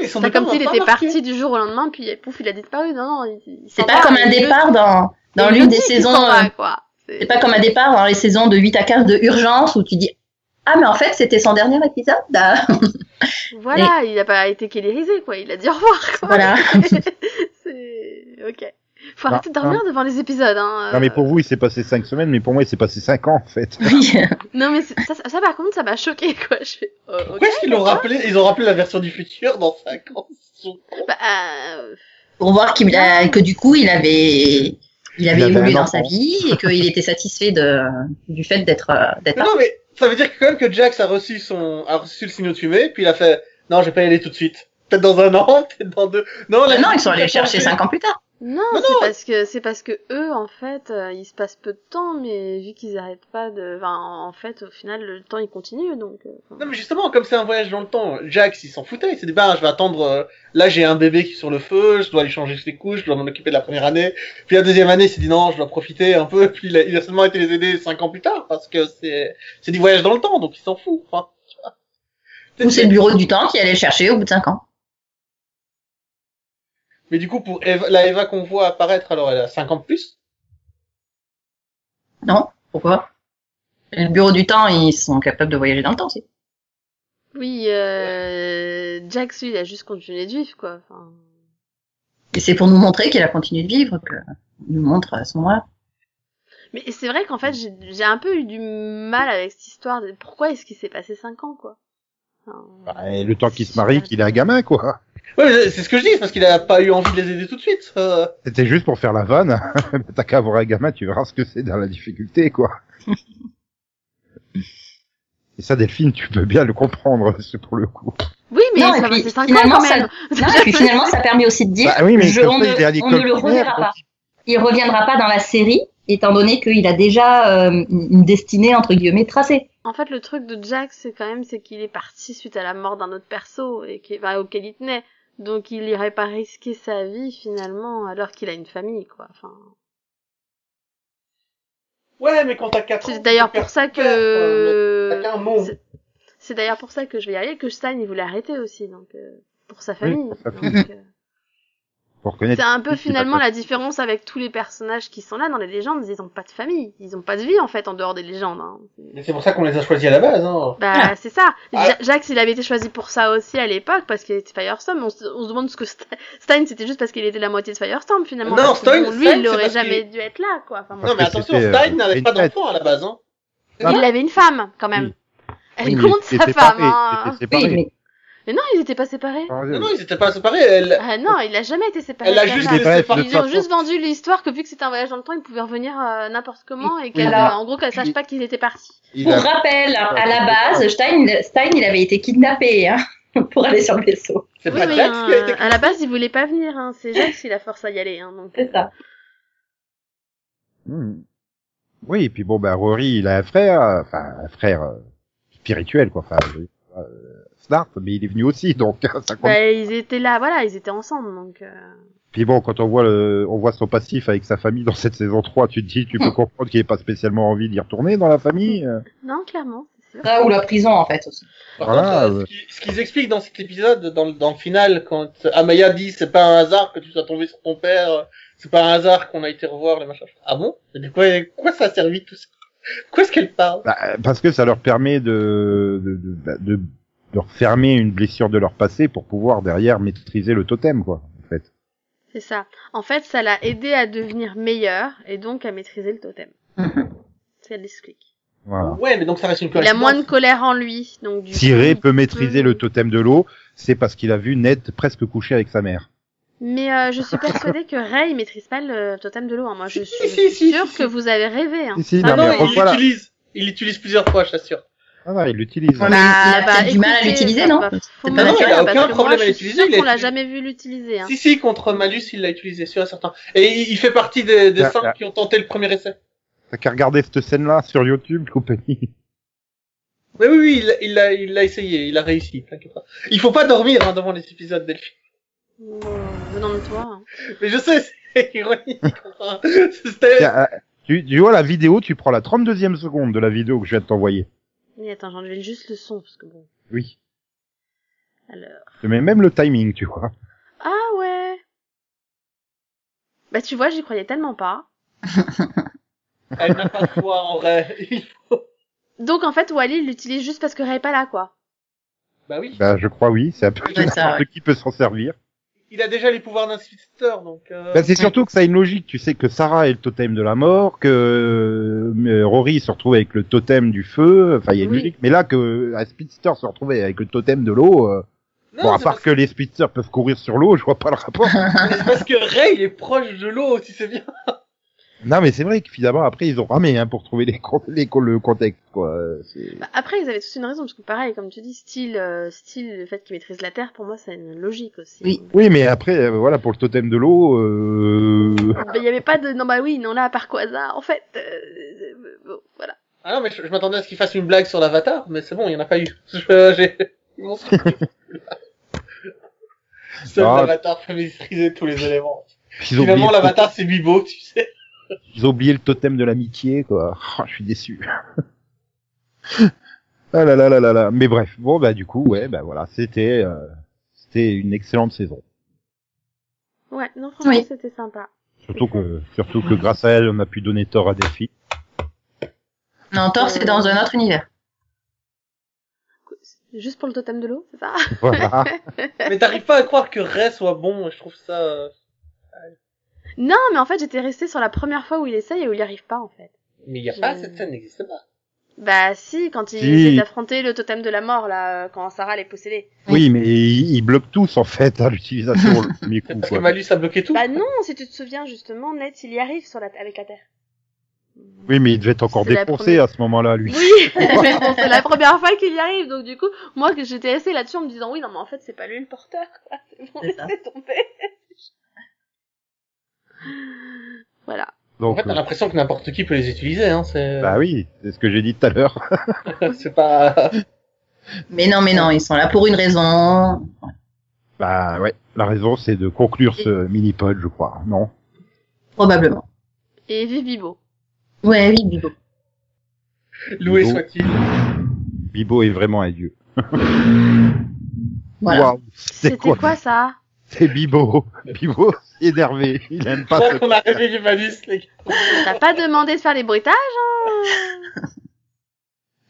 S5: mais son
S6: C'est comme
S5: départ
S6: s'il
S5: m'a pas hein.
S6: était
S5: marqué.
S6: parti du jour au lendemain, puis pouf, il a disparu. Non, non, il- il s'en
S3: C'est pas
S6: va,
S3: comme
S6: et
S3: un
S6: il le-
S3: départ dans, dans
S6: il le
S3: l'une
S6: dit
S3: des
S6: qu'il s'en
S3: saisons.
S6: va,
S3: euh,
S6: quoi.
S3: C'est pas comme un départ dans les saisons de 8 à 15 de Urgence où tu dis Ah, mais en fait, c'était son dernier épisode. ah.
S6: Voilà, il a pas été kélérisé, quoi. Il a dit au *laughs* revoir, quoi.
S3: Voilà.
S6: c'est... Ok. Faut
S4: Non,
S6: arrêter de dormir devant les épisodes, hein.
S4: Bah, Non, mais
S6: euh.
S4: pour vous, il s'est passé cinq semaines, mais pour moi, il s'est passé cinq ans, en
S6: *laughs*
S4: fait.
S3: *laughs* Oui.
S6: Non, mais c'est- ça, ça, ça, par contre, ça m'a choqué, quoi. Je fais... euh, ok,
S5: Pourquoi est-ce qu'ils l'ont rappelé? Ils ont rappelé la version du futur dans 5 ans.
S6: bah, euh,
S3: Pour voir qu'il a- que du coup, il avait. Il avait
S4: avait
S3: évolué
S4: un
S3: dans
S4: enfant.
S3: sa vie et qu'il était satisfait de, du fait d'être euh, d'être
S5: Mais non, mais ça veut dire que quand même que Jax a reçu son, a reçu le signaux de fumée, puis il a fait, non, je vais pas y aller tout de suite. Peut-être dans un an, *laughs* peut-être dans deux. Non,
S3: Ah
S5: là,
S3: non, ils sont allés le chercher
S5: ça.
S3: 5 ans plus tard.
S6: Non,
S5: Non,
S6: c'est
S5: non.
S6: parce que c'est parce que eux en fait, euh, il se passe peu de temps, mais vu qu'ils arrêtent pas de, enfin, en fait, au final, le temps il continue, donc. euh,
S5: Non mais justement, comme c'est un voyage dans le temps, Jax il s'en foutait, il s'est dit bah je vais attendre, euh, là j'ai un bébé qui est sur le feu, je dois lui changer ses couches, je dois m'en occuper de la première année, puis la deuxième année il s'est dit non je dois profiter un peu, *laughs* puis il a, il a seulement été les aider cinq ans plus tard, parce que c'est c'est du voyage dans le temps, donc il s'en fout. Enfin, tu vois.
S3: Ou c'est le bureau du temps qui allait le chercher au bout de 5 ans.
S5: Mais du coup pour Eva- la Eva qu'on voit apparaître, alors elle a 5 ans de plus
S3: Non Pourquoi Le bureau du temps, ils sont capables de voyager dans le temps, si.
S6: Oui, euh, Jack, lui, il a juste continué de vivre, quoi. Enfin,
S3: Et c'est pour nous montrer qu'il a continué de vivre, que il nous montre à ce moment-là.
S6: Mais c'est vrai qu'en fait, j'ai j'ai un peu eu du mal avec cette histoire de pourquoi est-ce qu'il s'est passé 5 ans, quoi. Enfin,
S4: Bah, et le temps qu'il se marie, qu'il est un gamin, quoi.
S5: Ouais mais c'est ce que je dis, c'est parce qu'il a pas eu envie de les aider tout de suite. euh.
S4: C'était juste pour faire la vanne. *laughs* T'as qu'à avoir un gamin, tu verras ce que c'est dans la difficulté,
S6: *laughs*
S4: quoi. Et ça, Delphine, tu peux bien le comprendre, *laughs* c'est pour le coup.
S6: Oui, mais
S3: Non, et
S6: ça va,
S3: puis,
S6: c'est 5 ans
S3: finalement,
S6: quand
S3: ça-
S6: même.
S3: Non, et puis finalement, ça permet aussi de dire
S4: Bah oui, mais
S3: je-
S4: comme
S3: on,
S4: ça, il est allé
S3: ne, on
S4: comme
S3: ne le
S4: Hitler,
S3: reverra
S4: quoi.
S3: pas. Il reviendra pas dans la série, étant donné qu'il a déjà euh, une une destinée, entre guillemets, tracée.
S6: En fait, le truc de Jack, c'est quand même, c'est qu'il est parti suite à la mort d'un autre perso et qui, enfin, auquel il tenait. Donc il irait pas risquer sa vie finalement alors qu'il a une famille quoi. Enfin,
S5: Ouais, mais quand t'as 4 ans.
S6: c'est d'ailleurs pour ça Euh, que
S5: T'as qu'un mot.
S6: c'est- c'est d'ailleurs pour ça que je vais y aller que Stein il voulait arrêter aussi donc euh, pour sa
S4: Oui,
S6: famille.
S4: pour sa
S6: Donc, euh,
S4: Pour connaître.
S6: C'est un peu
S4: Puis, c'est pas
S6: finalement
S4: ça.
S6: la différence avec tous les personnages qui sont là dans les légendes, ils ont pas de famille, ils ont pas de vie en fait en dehors des légendes. hein.
S5: Mais c'est pour ça qu'on les a choisis à la base, hein.
S6: Bah
S3: Ah.
S6: c'est ça.
S5: Ah.
S6: Ja- Jax il avait été choisi pour ça aussi à l'époque parce qu'il était Firestorm. On se, on se demande ce que Sta- Stein c'était juste parce qu'il était la moitié de Firestorm finalement.
S5: Non,
S6: parce que,
S5: Stein-
S6: bon, lui
S5: Stein,
S6: il
S5: c'est
S6: aurait
S5: parce
S6: jamais
S5: qu'il-
S6: dû être là quoi. Enfin, bon.
S4: Parce
S5: Non, mais
S4: que
S5: attention,
S4: c'était, euh,
S5: Stein n'avait
S4: une
S5: pas
S4: fête.
S5: d'enfant à la base, hein.
S4: Ah.
S6: Il avait une femme quand même.
S4: Oui.
S6: Elle
S4: Oui, mais
S6: compte
S4: ils
S6: sa
S4: étaient
S6: femme.
S4: séparés,
S6: hein.
S4: ils étaient
S3: Oui,
S4: séparés.
S3: mais
S6: Mais non ils étaient pas séparés.
S4: Ah,
S5: Non,
S4: oui.
S5: non, ils étaient pas séparés. Elle...
S6: Ah non, il a jamais été séparé.
S5: Elle a
S6: de sa
S5: juste
S6: femme.
S4: Il est pas
S5: laissé
S4: être le
S5: partir.
S6: Ils ont
S4: Pas
S6: juste vendu l'histoire que vu que c'était un voyage dans le temps, il pouvait revenir euh, n'importe comment et qu'elle,
S3: alors-
S6: euh, en gros, qu'elle sache pas qu'il était parti.
S4: Il
S3: Pour
S4: a-
S3: rappel, à la base, Stein, Stein, il avait été kidnappé hein, *laughs* pour aller sur le vaisseau.
S5: C'est
S6: Oui,
S5: pas
S6: oui,
S5: Jax
S6: hein,
S5: qui a été.
S6: à la base, il voulait pas venir. Hein. C'est Jax qui la force à y aller. Hein, donc.
S3: C'est ça.
S4: Hmm. Oui, et puis bon, ben Rory, il a un frère, euh, enfin un frère euh, spirituel, quoi. Enfin, je- euh, Snart, mais il est venu aussi, donc *laughs* ça compte.
S6: Bah, ils étaient là, voilà, ils étaient ensemble. Donc, euh,
S4: Puis bon, quand on voit le, on voit son passif avec sa famille dans cette saison 3, tu te dis, tu *laughs* peux comprendre qu'il n'ait pas spécialement envie d'y retourner dans la famille. euh.
S6: Non, clairement, c'est sûr.
S3: Ah, ou la prison, en fait, aussi.
S5: Par
S4: Voilà,
S5: contre, euh, ce qui- ce qu'ils expliquent dans cet épisode, dans, le- dans le final, quand Amaya dit c'est pas un hasard que tu sois tombé sur ton père, euh, c'est pas un hasard qu'on a été revoir les machins. Ah bon Mais de quoi, quoi ça a servi tout ça Quoi est-ce qu'elle parle
S4: Bah, euh, parce que ça leur permet de de, de, bah, de de refermer une blessure de leur passé pour pouvoir derrière maîtriser le totem, quoi. En fait.
S6: C'est ça. En fait, ça l'a aidé à devenir meilleur et donc à maîtriser le totem.
S5: Mhm.
S6: Ça l'explique.
S4: Voilà.
S5: Ouais, mais donc ça reste une
S6: Il a
S5: coïncidence.
S6: moins de colère en lui. Donc, du
S4: Si Ray
S6: coup,
S4: peut
S6: il
S4: maîtriser le totem de l'eau, c'est parce qu'il a vu Ned presque couché avec sa mère.
S6: Mais euh, je suis persuadée que Ray il maîtrise pas le totem de l'eau. hein. Moi, je suis,
S5: Si,
S6: je
S5: si,
S6: suis
S5: si,
S6: sûre
S5: si,
S6: que
S5: si.
S6: vous avez rêvé. Hein.
S4: Si, si,
S5: Ah
S6: Ça,
S4: non,
S5: non,
S4: mais
S5: il
S4: revoilà.
S5: l'utilise. Il l'utilise plusieurs fois, je t'assure.
S4: Ah non, il l'utilise.
S3: Ouais, mais il Bah, a peut-être du mal à
S6: écoutez,
S3: l'utiliser,
S6: ça
S3: non
S6: va- faut
S3: C'est
S6: me
S3: pas
S6: le
S3: vrai,
S6: dire,
S3: il a
S6: parce
S5: aucun
S6: que
S5: problème à
S6: moi, je suis
S5: l'utiliser,
S6: sûre
S5: il a
S6: qu'on l'a
S5: utilisé.
S6: jamais vu l'utiliser. Hein.
S5: Si, si, contre Malus, il l'a utilisé, sûr et certain. Et il il fait partie des, des
S4: Ah,
S5: cinq
S4: ah.
S5: qui ont tenté le premier essai.
S4: T'as qu'à regarder cette scène-là sur YouTube, compagnie. *laughs*
S5: Oui, oui, oui, il l'a- il l'a il l'a essayé, il a réussi, t'inquiète pas. Il faut pas dormir hein, devant les épisodes, Delphine.
S6: Bon, venant de toi. hein.
S5: Mais je sais, c'est *laughs* ironique. enfin, c'était-
S4: Tiens, euh, tu, tu vois la vidéo, tu prends la 32e seconde de la vidéo que je viens de t'envoyer.
S6: Mais attends, j'enlève juste le son parce que bon.
S4: Oui.
S6: Alors.
S4: Je mets même le timing, tu vois.
S6: Ah ouais. Bah tu vois, j'y croyais tellement pas.
S5: Elle n'a pas de foi en vrai. *laughs*
S6: Donc en fait, Wally il l'utilise juste parce que Ray est pas là, quoi.
S5: bah oui,
S4: Bah, je crois oui, c'est un peu
S3: Ouais, ça,
S4: n'importe qui peut s'en servir.
S5: il a déjà les pouvoirs d'un Swifter, donc... Euh...
S4: Bah, c'est surtout que ça a une logique. Tu sais que Sarah est le totem de la mort, que euh, Rory se retrouve avec le totem du feu. Enfin, il y a une
S6: Oui.
S4: logique. Mais là, que un speedster se retrouve avec le totem de l'eau, euh,
S5: non,
S4: bon, à
S5: c'est
S4: part
S5: parce-
S4: que les speedsters peuvent courir sur l'eau, je vois pas le
S5: *laughs*
S4: rapport.
S5: c'est parce que Ray, il est proche de l'eau aussi, c'est bien.
S4: non, mais c'est vrai que finalement, après, ils ont ramé, hein, pour trouver les, con- les con- le contexte, quoi. Euh, c'est-
S6: Bah, après, ils avaient tous une raison parce que pareil, comme tu dis, style, euh, style, le fait qu'il maîtrise la terre, pour moi, c'est une logique aussi.
S3: Oui.
S6: hein.
S4: Oui, mais après, euh, voilà, pour le totem de l'eau, euh...
S6: Bah, Il y avait pas de non bah oui non là par quoi ça en fait euh, euh, bon, voilà
S5: Ah non, mais je, je m'attendais à ce qu'il fasse une blague sur l'avatar, mais c'est bon, il y en a pas eu. *laughs* Je- J'ai... ils m'ont sorti. Seul
S4: Ah.
S5: l'avatar peut maîtriser tous les éléments.
S4: ils, ont oublié
S5: Finalement,
S4: le totem-
S5: l'avatar, c'est Bibo, tu sais.
S4: ils ont oublié le totem de l'amitié, quoi. *laughs* Oh, je suis déçu. ah là là là là là. Mais bref, bon bah du coup, ouais, bah voilà, c'était, euh, c'était une excellente saison.
S6: ouais non franchement
S3: Oui.
S6: c'était sympa
S4: Surtout que, surtout que grâce à elle, on a pu donner tort à Delphine. *laughs*
S3: Non, Thor, c'est dans un autre univers.
S6: juste pour le totem de l'eau c'est ça *laughs*
S4: Voilà.
S5: Mais t'arrives pas à croire que Ray soit bon, je trouve ça... euh,
S6: non mais en fait j'étais restée sur la première fois où il essaye et où il n'y arrive pas en fait
S5: Mais il y a pas,
S6: Je-
S5: cette scène n'existe pas.
S6: bah si quand il
S4: Si.
S6: essaie d'affronter le totem de la mort là euh, quand Sarah l'est possédée
S4: oui, mais ils, ils bloquent tous en fait à l'utilisation le premier coup.
S5: Parce que
S4: Quoi.
S5: Malus a bloqué tout.
S6: bah non si tu te souviens justement Ned il y arrive sur la avec la terre
S4: Oui, mais il devait être encore
S6: C'est la
S4: défoncé
S6: première-
S4: à ce moment-là, lui.
S6: oui *laughs* mais bon c'est la première fois qu'il y arrive donc du coup moi que j'étais restée là-dessus en me disant oui non mais en fait c'est pas lui le porteur quoi *laughs* c'est bon
S3: C'est ça.
S6: laissez tomber voilà
S5: En
S4: Donc,
S5: fait, t'as
S4: euh,
S5: l'impression que n'importe qui peut les utiliser, hein, c'est...
S4: bah oui, c'est ce que j'ai dit tout à l'heure.
S5: *laughs* c'est pas... *laughs*
S3: Mais non, mais non, ils sont là pour une raison.
S4: Bah ouais, la raison c'est de conclure ce mini-pod, je crois, non
S3: probablement.
S6: Et vive Bibo.
S3: Ouais, oui, Bibo.
S5: Loué
S4: Bon.
S5: soit-il.
S4: Bibo est vraiment un dieu.
S3: Voilà.
S4: Waouh, c'est
S6: C'était
S4: quoi,
S6: quoi, ça
S4: C'est Bibo. Bibo c'est énervé, il aime
S5: Je
S4: pas
S5: crois
S4: ce...
S5: qu'on a réveillé Valus, les gars.
S6: T'as pas demandé de faire les bruitages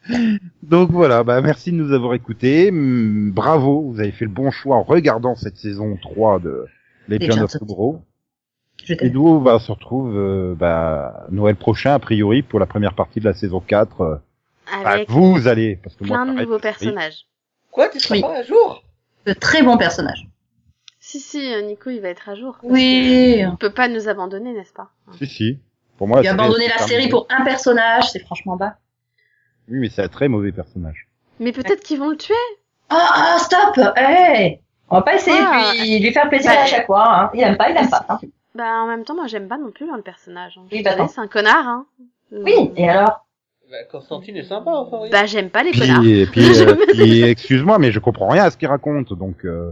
S6: hein
S4: Donc voilà, bah merci de nous avoir écoutés. Mm, Bravo, vous avez fait le bon choix en regardant cette saison 3 de Les
S3: Les
S4: Pions of
S3: Gentlemen.
S4: Tomorrow.
S3: Je
S4: Et
S3: t'aime.
S4: nous, on va- on se retrouve euh, bah, Noël prochain, a priori, pour la première partie de la saison 4. euh,
S6: Avec
S4: bah, vous allez, parce que moi,
S6: plein de
S4: pareil,
S6: nouveaux
S4: je suis-
S6: personnages.
S5: Quoi, tu seras
S3: Oui.
S5: pas à jour
S3: De très bons personnages.
S6: Si, si, euh, Nico, il va être à jour.
S3: Oui.
S6: Il peut pas nous abandonner, n'est-ce pas
S4: Si, si. Pour moi,
S3: Et
S4: Ah, c'est-
S3: abandonner la
S4: c'est
S3: série
S4: terminé.
S3: pour un personnage, c'est franchement bas.
S4: Oui, mais c'est un très mauvais personnage.
S6: Mais peut-être qu'ils vont le tuer.
S3: Ah, ah, stop Hey On va pas essayer
S6: Ah.
S3: de lui, lui faire plaisir
S6: Bah,
S3: à chaque fois. Hein. Il aime pas, il aime pas. hein.
S6: Bah, en même temps, moi, j'aime pas non plus hein, le personnage. hein.
S3: Oui,
S6: Je
S3: bah
S6: te
S3: non.
S6: dis, C'est un connard, hein.
S3: Oui, et alors
S5: bah, Constantine est sympa, enfin, oui.
S6: Bah, j'aime pas les connards.
S4: Puis, et puis,
S6: *laughs* Je
S4: euh,
S6: me-
S4: puis, excuse-moi, mais je comprends rien à ce qu'il raconte, donc. Euh...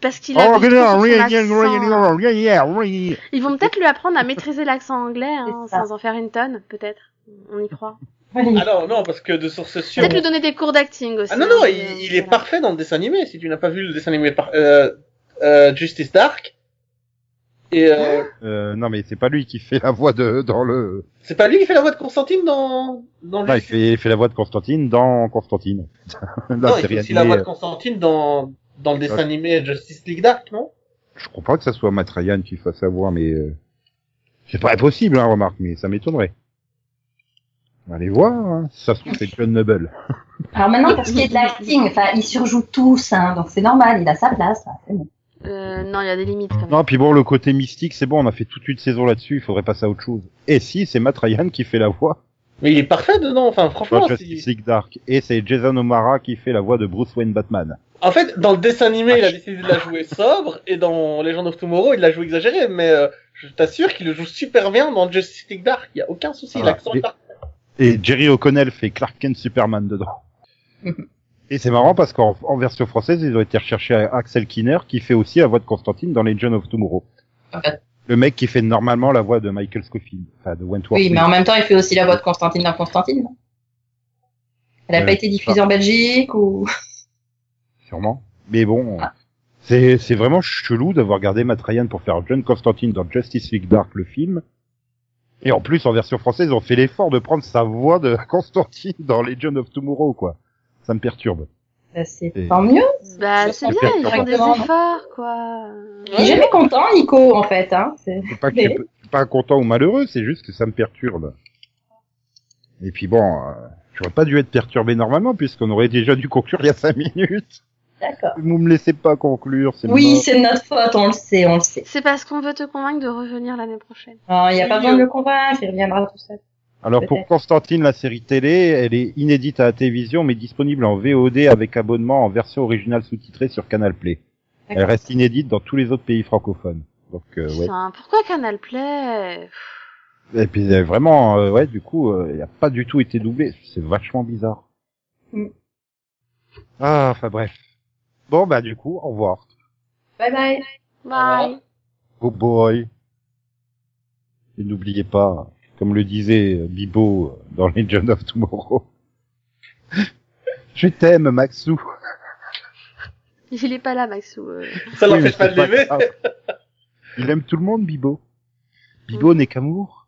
S6: Parce qu'il a.
S4: Oh,
S6: pris trop
S4: regarde,
S6: sur
S4: regarde,
S6: son
S4: regarde,
S6: accent.
S4: regarde, regarde, regarde.
S6: euh, Ils vont peut-être lui apprendre à maîtriser l'accent anglais, hein,
S3: C'est ça.
S6: sans en faire une tonne, peut-être. On y croit.
S5: Ah non, non, parce que de sources sûres.
S6: Peut-être lui donner des cours d'acting aussi.
S5: Ah non, non,
S6: hein,
S5: il,
S6: mais,
S5: il est
S6: voilà.
S5: parfait dans le dessin animé. Si tu n'as pas vu le dessin animé par, euh, euh, Justice Dark, et
S6: Hein
S5: euh,
S4: Euh, non, mais c'est pas lui qui fait la voix de dans le.
S5: c'est pas lui qui fait la voix de Constantine dans dans
S4: Non, Bah, il
S5: Justice.
S4: fait, il fait la voix de Constantine dans Constantine. la
S5: Non, il
S4: série
S5: fait aussi la
S4: animée,
S5: voix de
S4: euh,
S5: Constantine dans dans le dessin
S4: Ouais.
S5: animé Justice League Dark, non
S4: Je comprends pas que ça soit Matt Ryan qui fasse la voix, mais euh, c'est pas impossible, hein, remarque, mais ça m'étonnerait. Allez voir, hein. si ça se trouve c'est John Noble.
S3: Alors maintenant, pour ce qui est de l'acting, enfin, il surjoue tous, hein, donc c'est normal, il a sa place. hein, c'est bon.
S6: Euh, non, il y a des limites quand même.
S4: Non, puis bon, le côté mystique, c'est bon, on a fait toute une saison là-dessus, il faudrait passer à autre chose. Et si, c'est Matt Ryan qui fait la voix
S5: Mais il est parfait dedans. Enfin,
S4: dans
S5: franchement,
S4: Justice
S5: c'est-
S4: League Dark, et c'est Jason O'Mara qui fait la voix de Bruce Wayne Batman.
S5: en fait, dans le dessin
S4: Ah,
S5: animé, il a décidé de la jouer sobre, et dans Legend of Tomorrow, il l'a joué exagéré. Mais euh, je t'assure qu'il le joue super bien dans Justice League Dark. Il y a aucun souci.
S4: Ah,
S5: L'accent
S4: mais-
S5: est parfait.
S4: Et Jerry O'Connell fait Clark Kent
S3: *laughs*
S4: Superman dedans. Et c'est marrant parce qu'en en version française, ils ont été recherchés à Axel Kinner qui fait aussi la voix de Constantine dans Legend of Tomorrow. Le mec qui fait normalement la voix de Michael Scofield, enfin de Wentworth.
S3: Oui, mais en même temps, il fait aussi la voix de Constantine dans Constantine. non Elle n'a
S4: Euh,
S3: pas été diffusée en Belgique ou *laughs*
S4: Sûrement. Mais bon,
S3: Ah.
S4: c'est c'est vraiment chelou d'avoir gardé Matt Ryan pour faire John Constantine dans Justice League Dark, le film. Et en plus, en version française, ils ont fait l'effort de prendre sa voix de *laughs* Constantine dans Legend of Tomorrow, quoi. Ça me perturbe.
S3: Ben, c'est
S4: Et-
S3: tant mieux.
S6: Bah, c'est
S4: Je
S6: bien,
S4: fais
S6: ils font des
S3: correctement, non
S6: efforts, quoi.
S3: Il est jamais content, Nico, en fait. Hein. C'est-
S4: C'est pas que je suis p- je suis pas content ou malheureux, c'est juste que ça me perturbe. Et puis bon, euh, j'aurais pas dû être perturbé normalement puisqu'on aurait déjà dû conclure il y a cinq minutes.
S3: *laughs* D'accord.
S4: Vous me laissez pas conclure, c'est
S3: Oui,
S4: moche.
S3: c'est de notre faute, on le sait, on le sait.
S6: C'est parce qu'on veut te convaincre de revenir l'année prochaine.
S3: Non, Il n'y a pas besoin de le convaincre, il reviendra tout seul.
S4: Alors pour
S3: peut-être.
S4: Constantine, la série télé, elle est inédite à la télévision mais disponible en VOD avec abonnement en version originale sous-titrée sur Canal Play. Elle
S3: D'accord.
S4: reste inédite dans tous les autres pays francophones. Donc euh, ouais.
S6: Putain, pourquoi Canal Play Pff,
S4: Et puis euh, vraiment, euh, ouais, du coup, euh, il a pas du tout été doublé. C'est vachement bizarre.
S3: Mm.
S4: Ah, enfin bref. Bon, bah du coup, au revoir.
S3: Bye bye. Ah
S6: Bye.
S4: Good boy. Et n'oubliez pas, comme le disait euh, Bibo euh, dans Legend of Tomorrow. *laughs* Je t'aime, Maxou.
S6: Il est pas là, Maxou.
S4: *laughs*
S6: euh.
S5: Ça
S4: Oui, mais
S5: l'empêche pas
S4: c'est
S5: de l'aimer.
S4: grave. Il aime tout le monde, Bibo. Bibo n'est qu'amour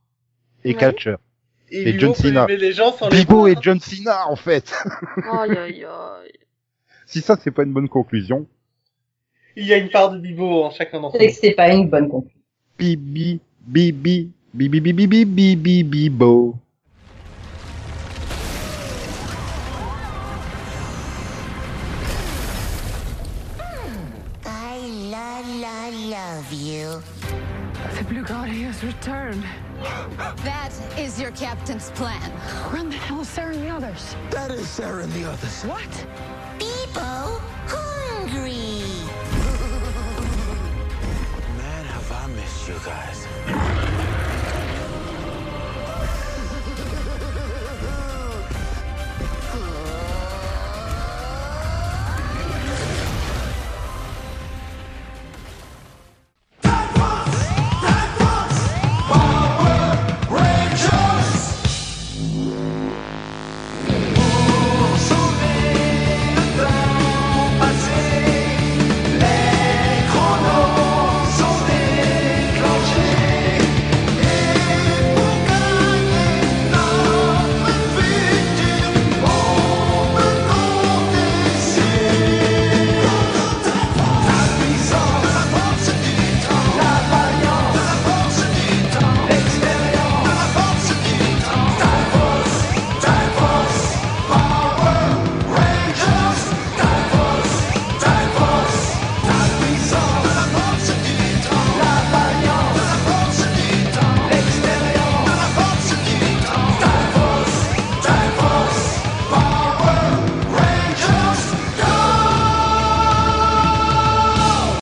S4: et
S6: Ouais.
S4: catcher.
S5: Et
S4: C'est
S5: Bibo
S4: John
S5: peut
S4: Cena.
S5: aimer les gens sans les
S4: Bibo
S5: voir.
S4: et John Cena, en fait. *laughs*
S6: Aïe, aïe, aïe.
S4: Si ça, c'est pas une bonne conclusion,
S5: Il y a une part de Bibo en chacun d'entre
S3: C'est
S5: nous.
S3: que c'est pas une bonne conclusion.
S4: bibi, bibi, bibi, bibi, bibi, bibi, bibo.
S7: I la la love you.
S8: The blue god has returned.
S9: That is your captain's plan.
S8: Where in the hell is Sarah and the others?
S10: That is Sarah and the others.
S8: What?
S7: People hungry.
S10: Man, have I missed you guys.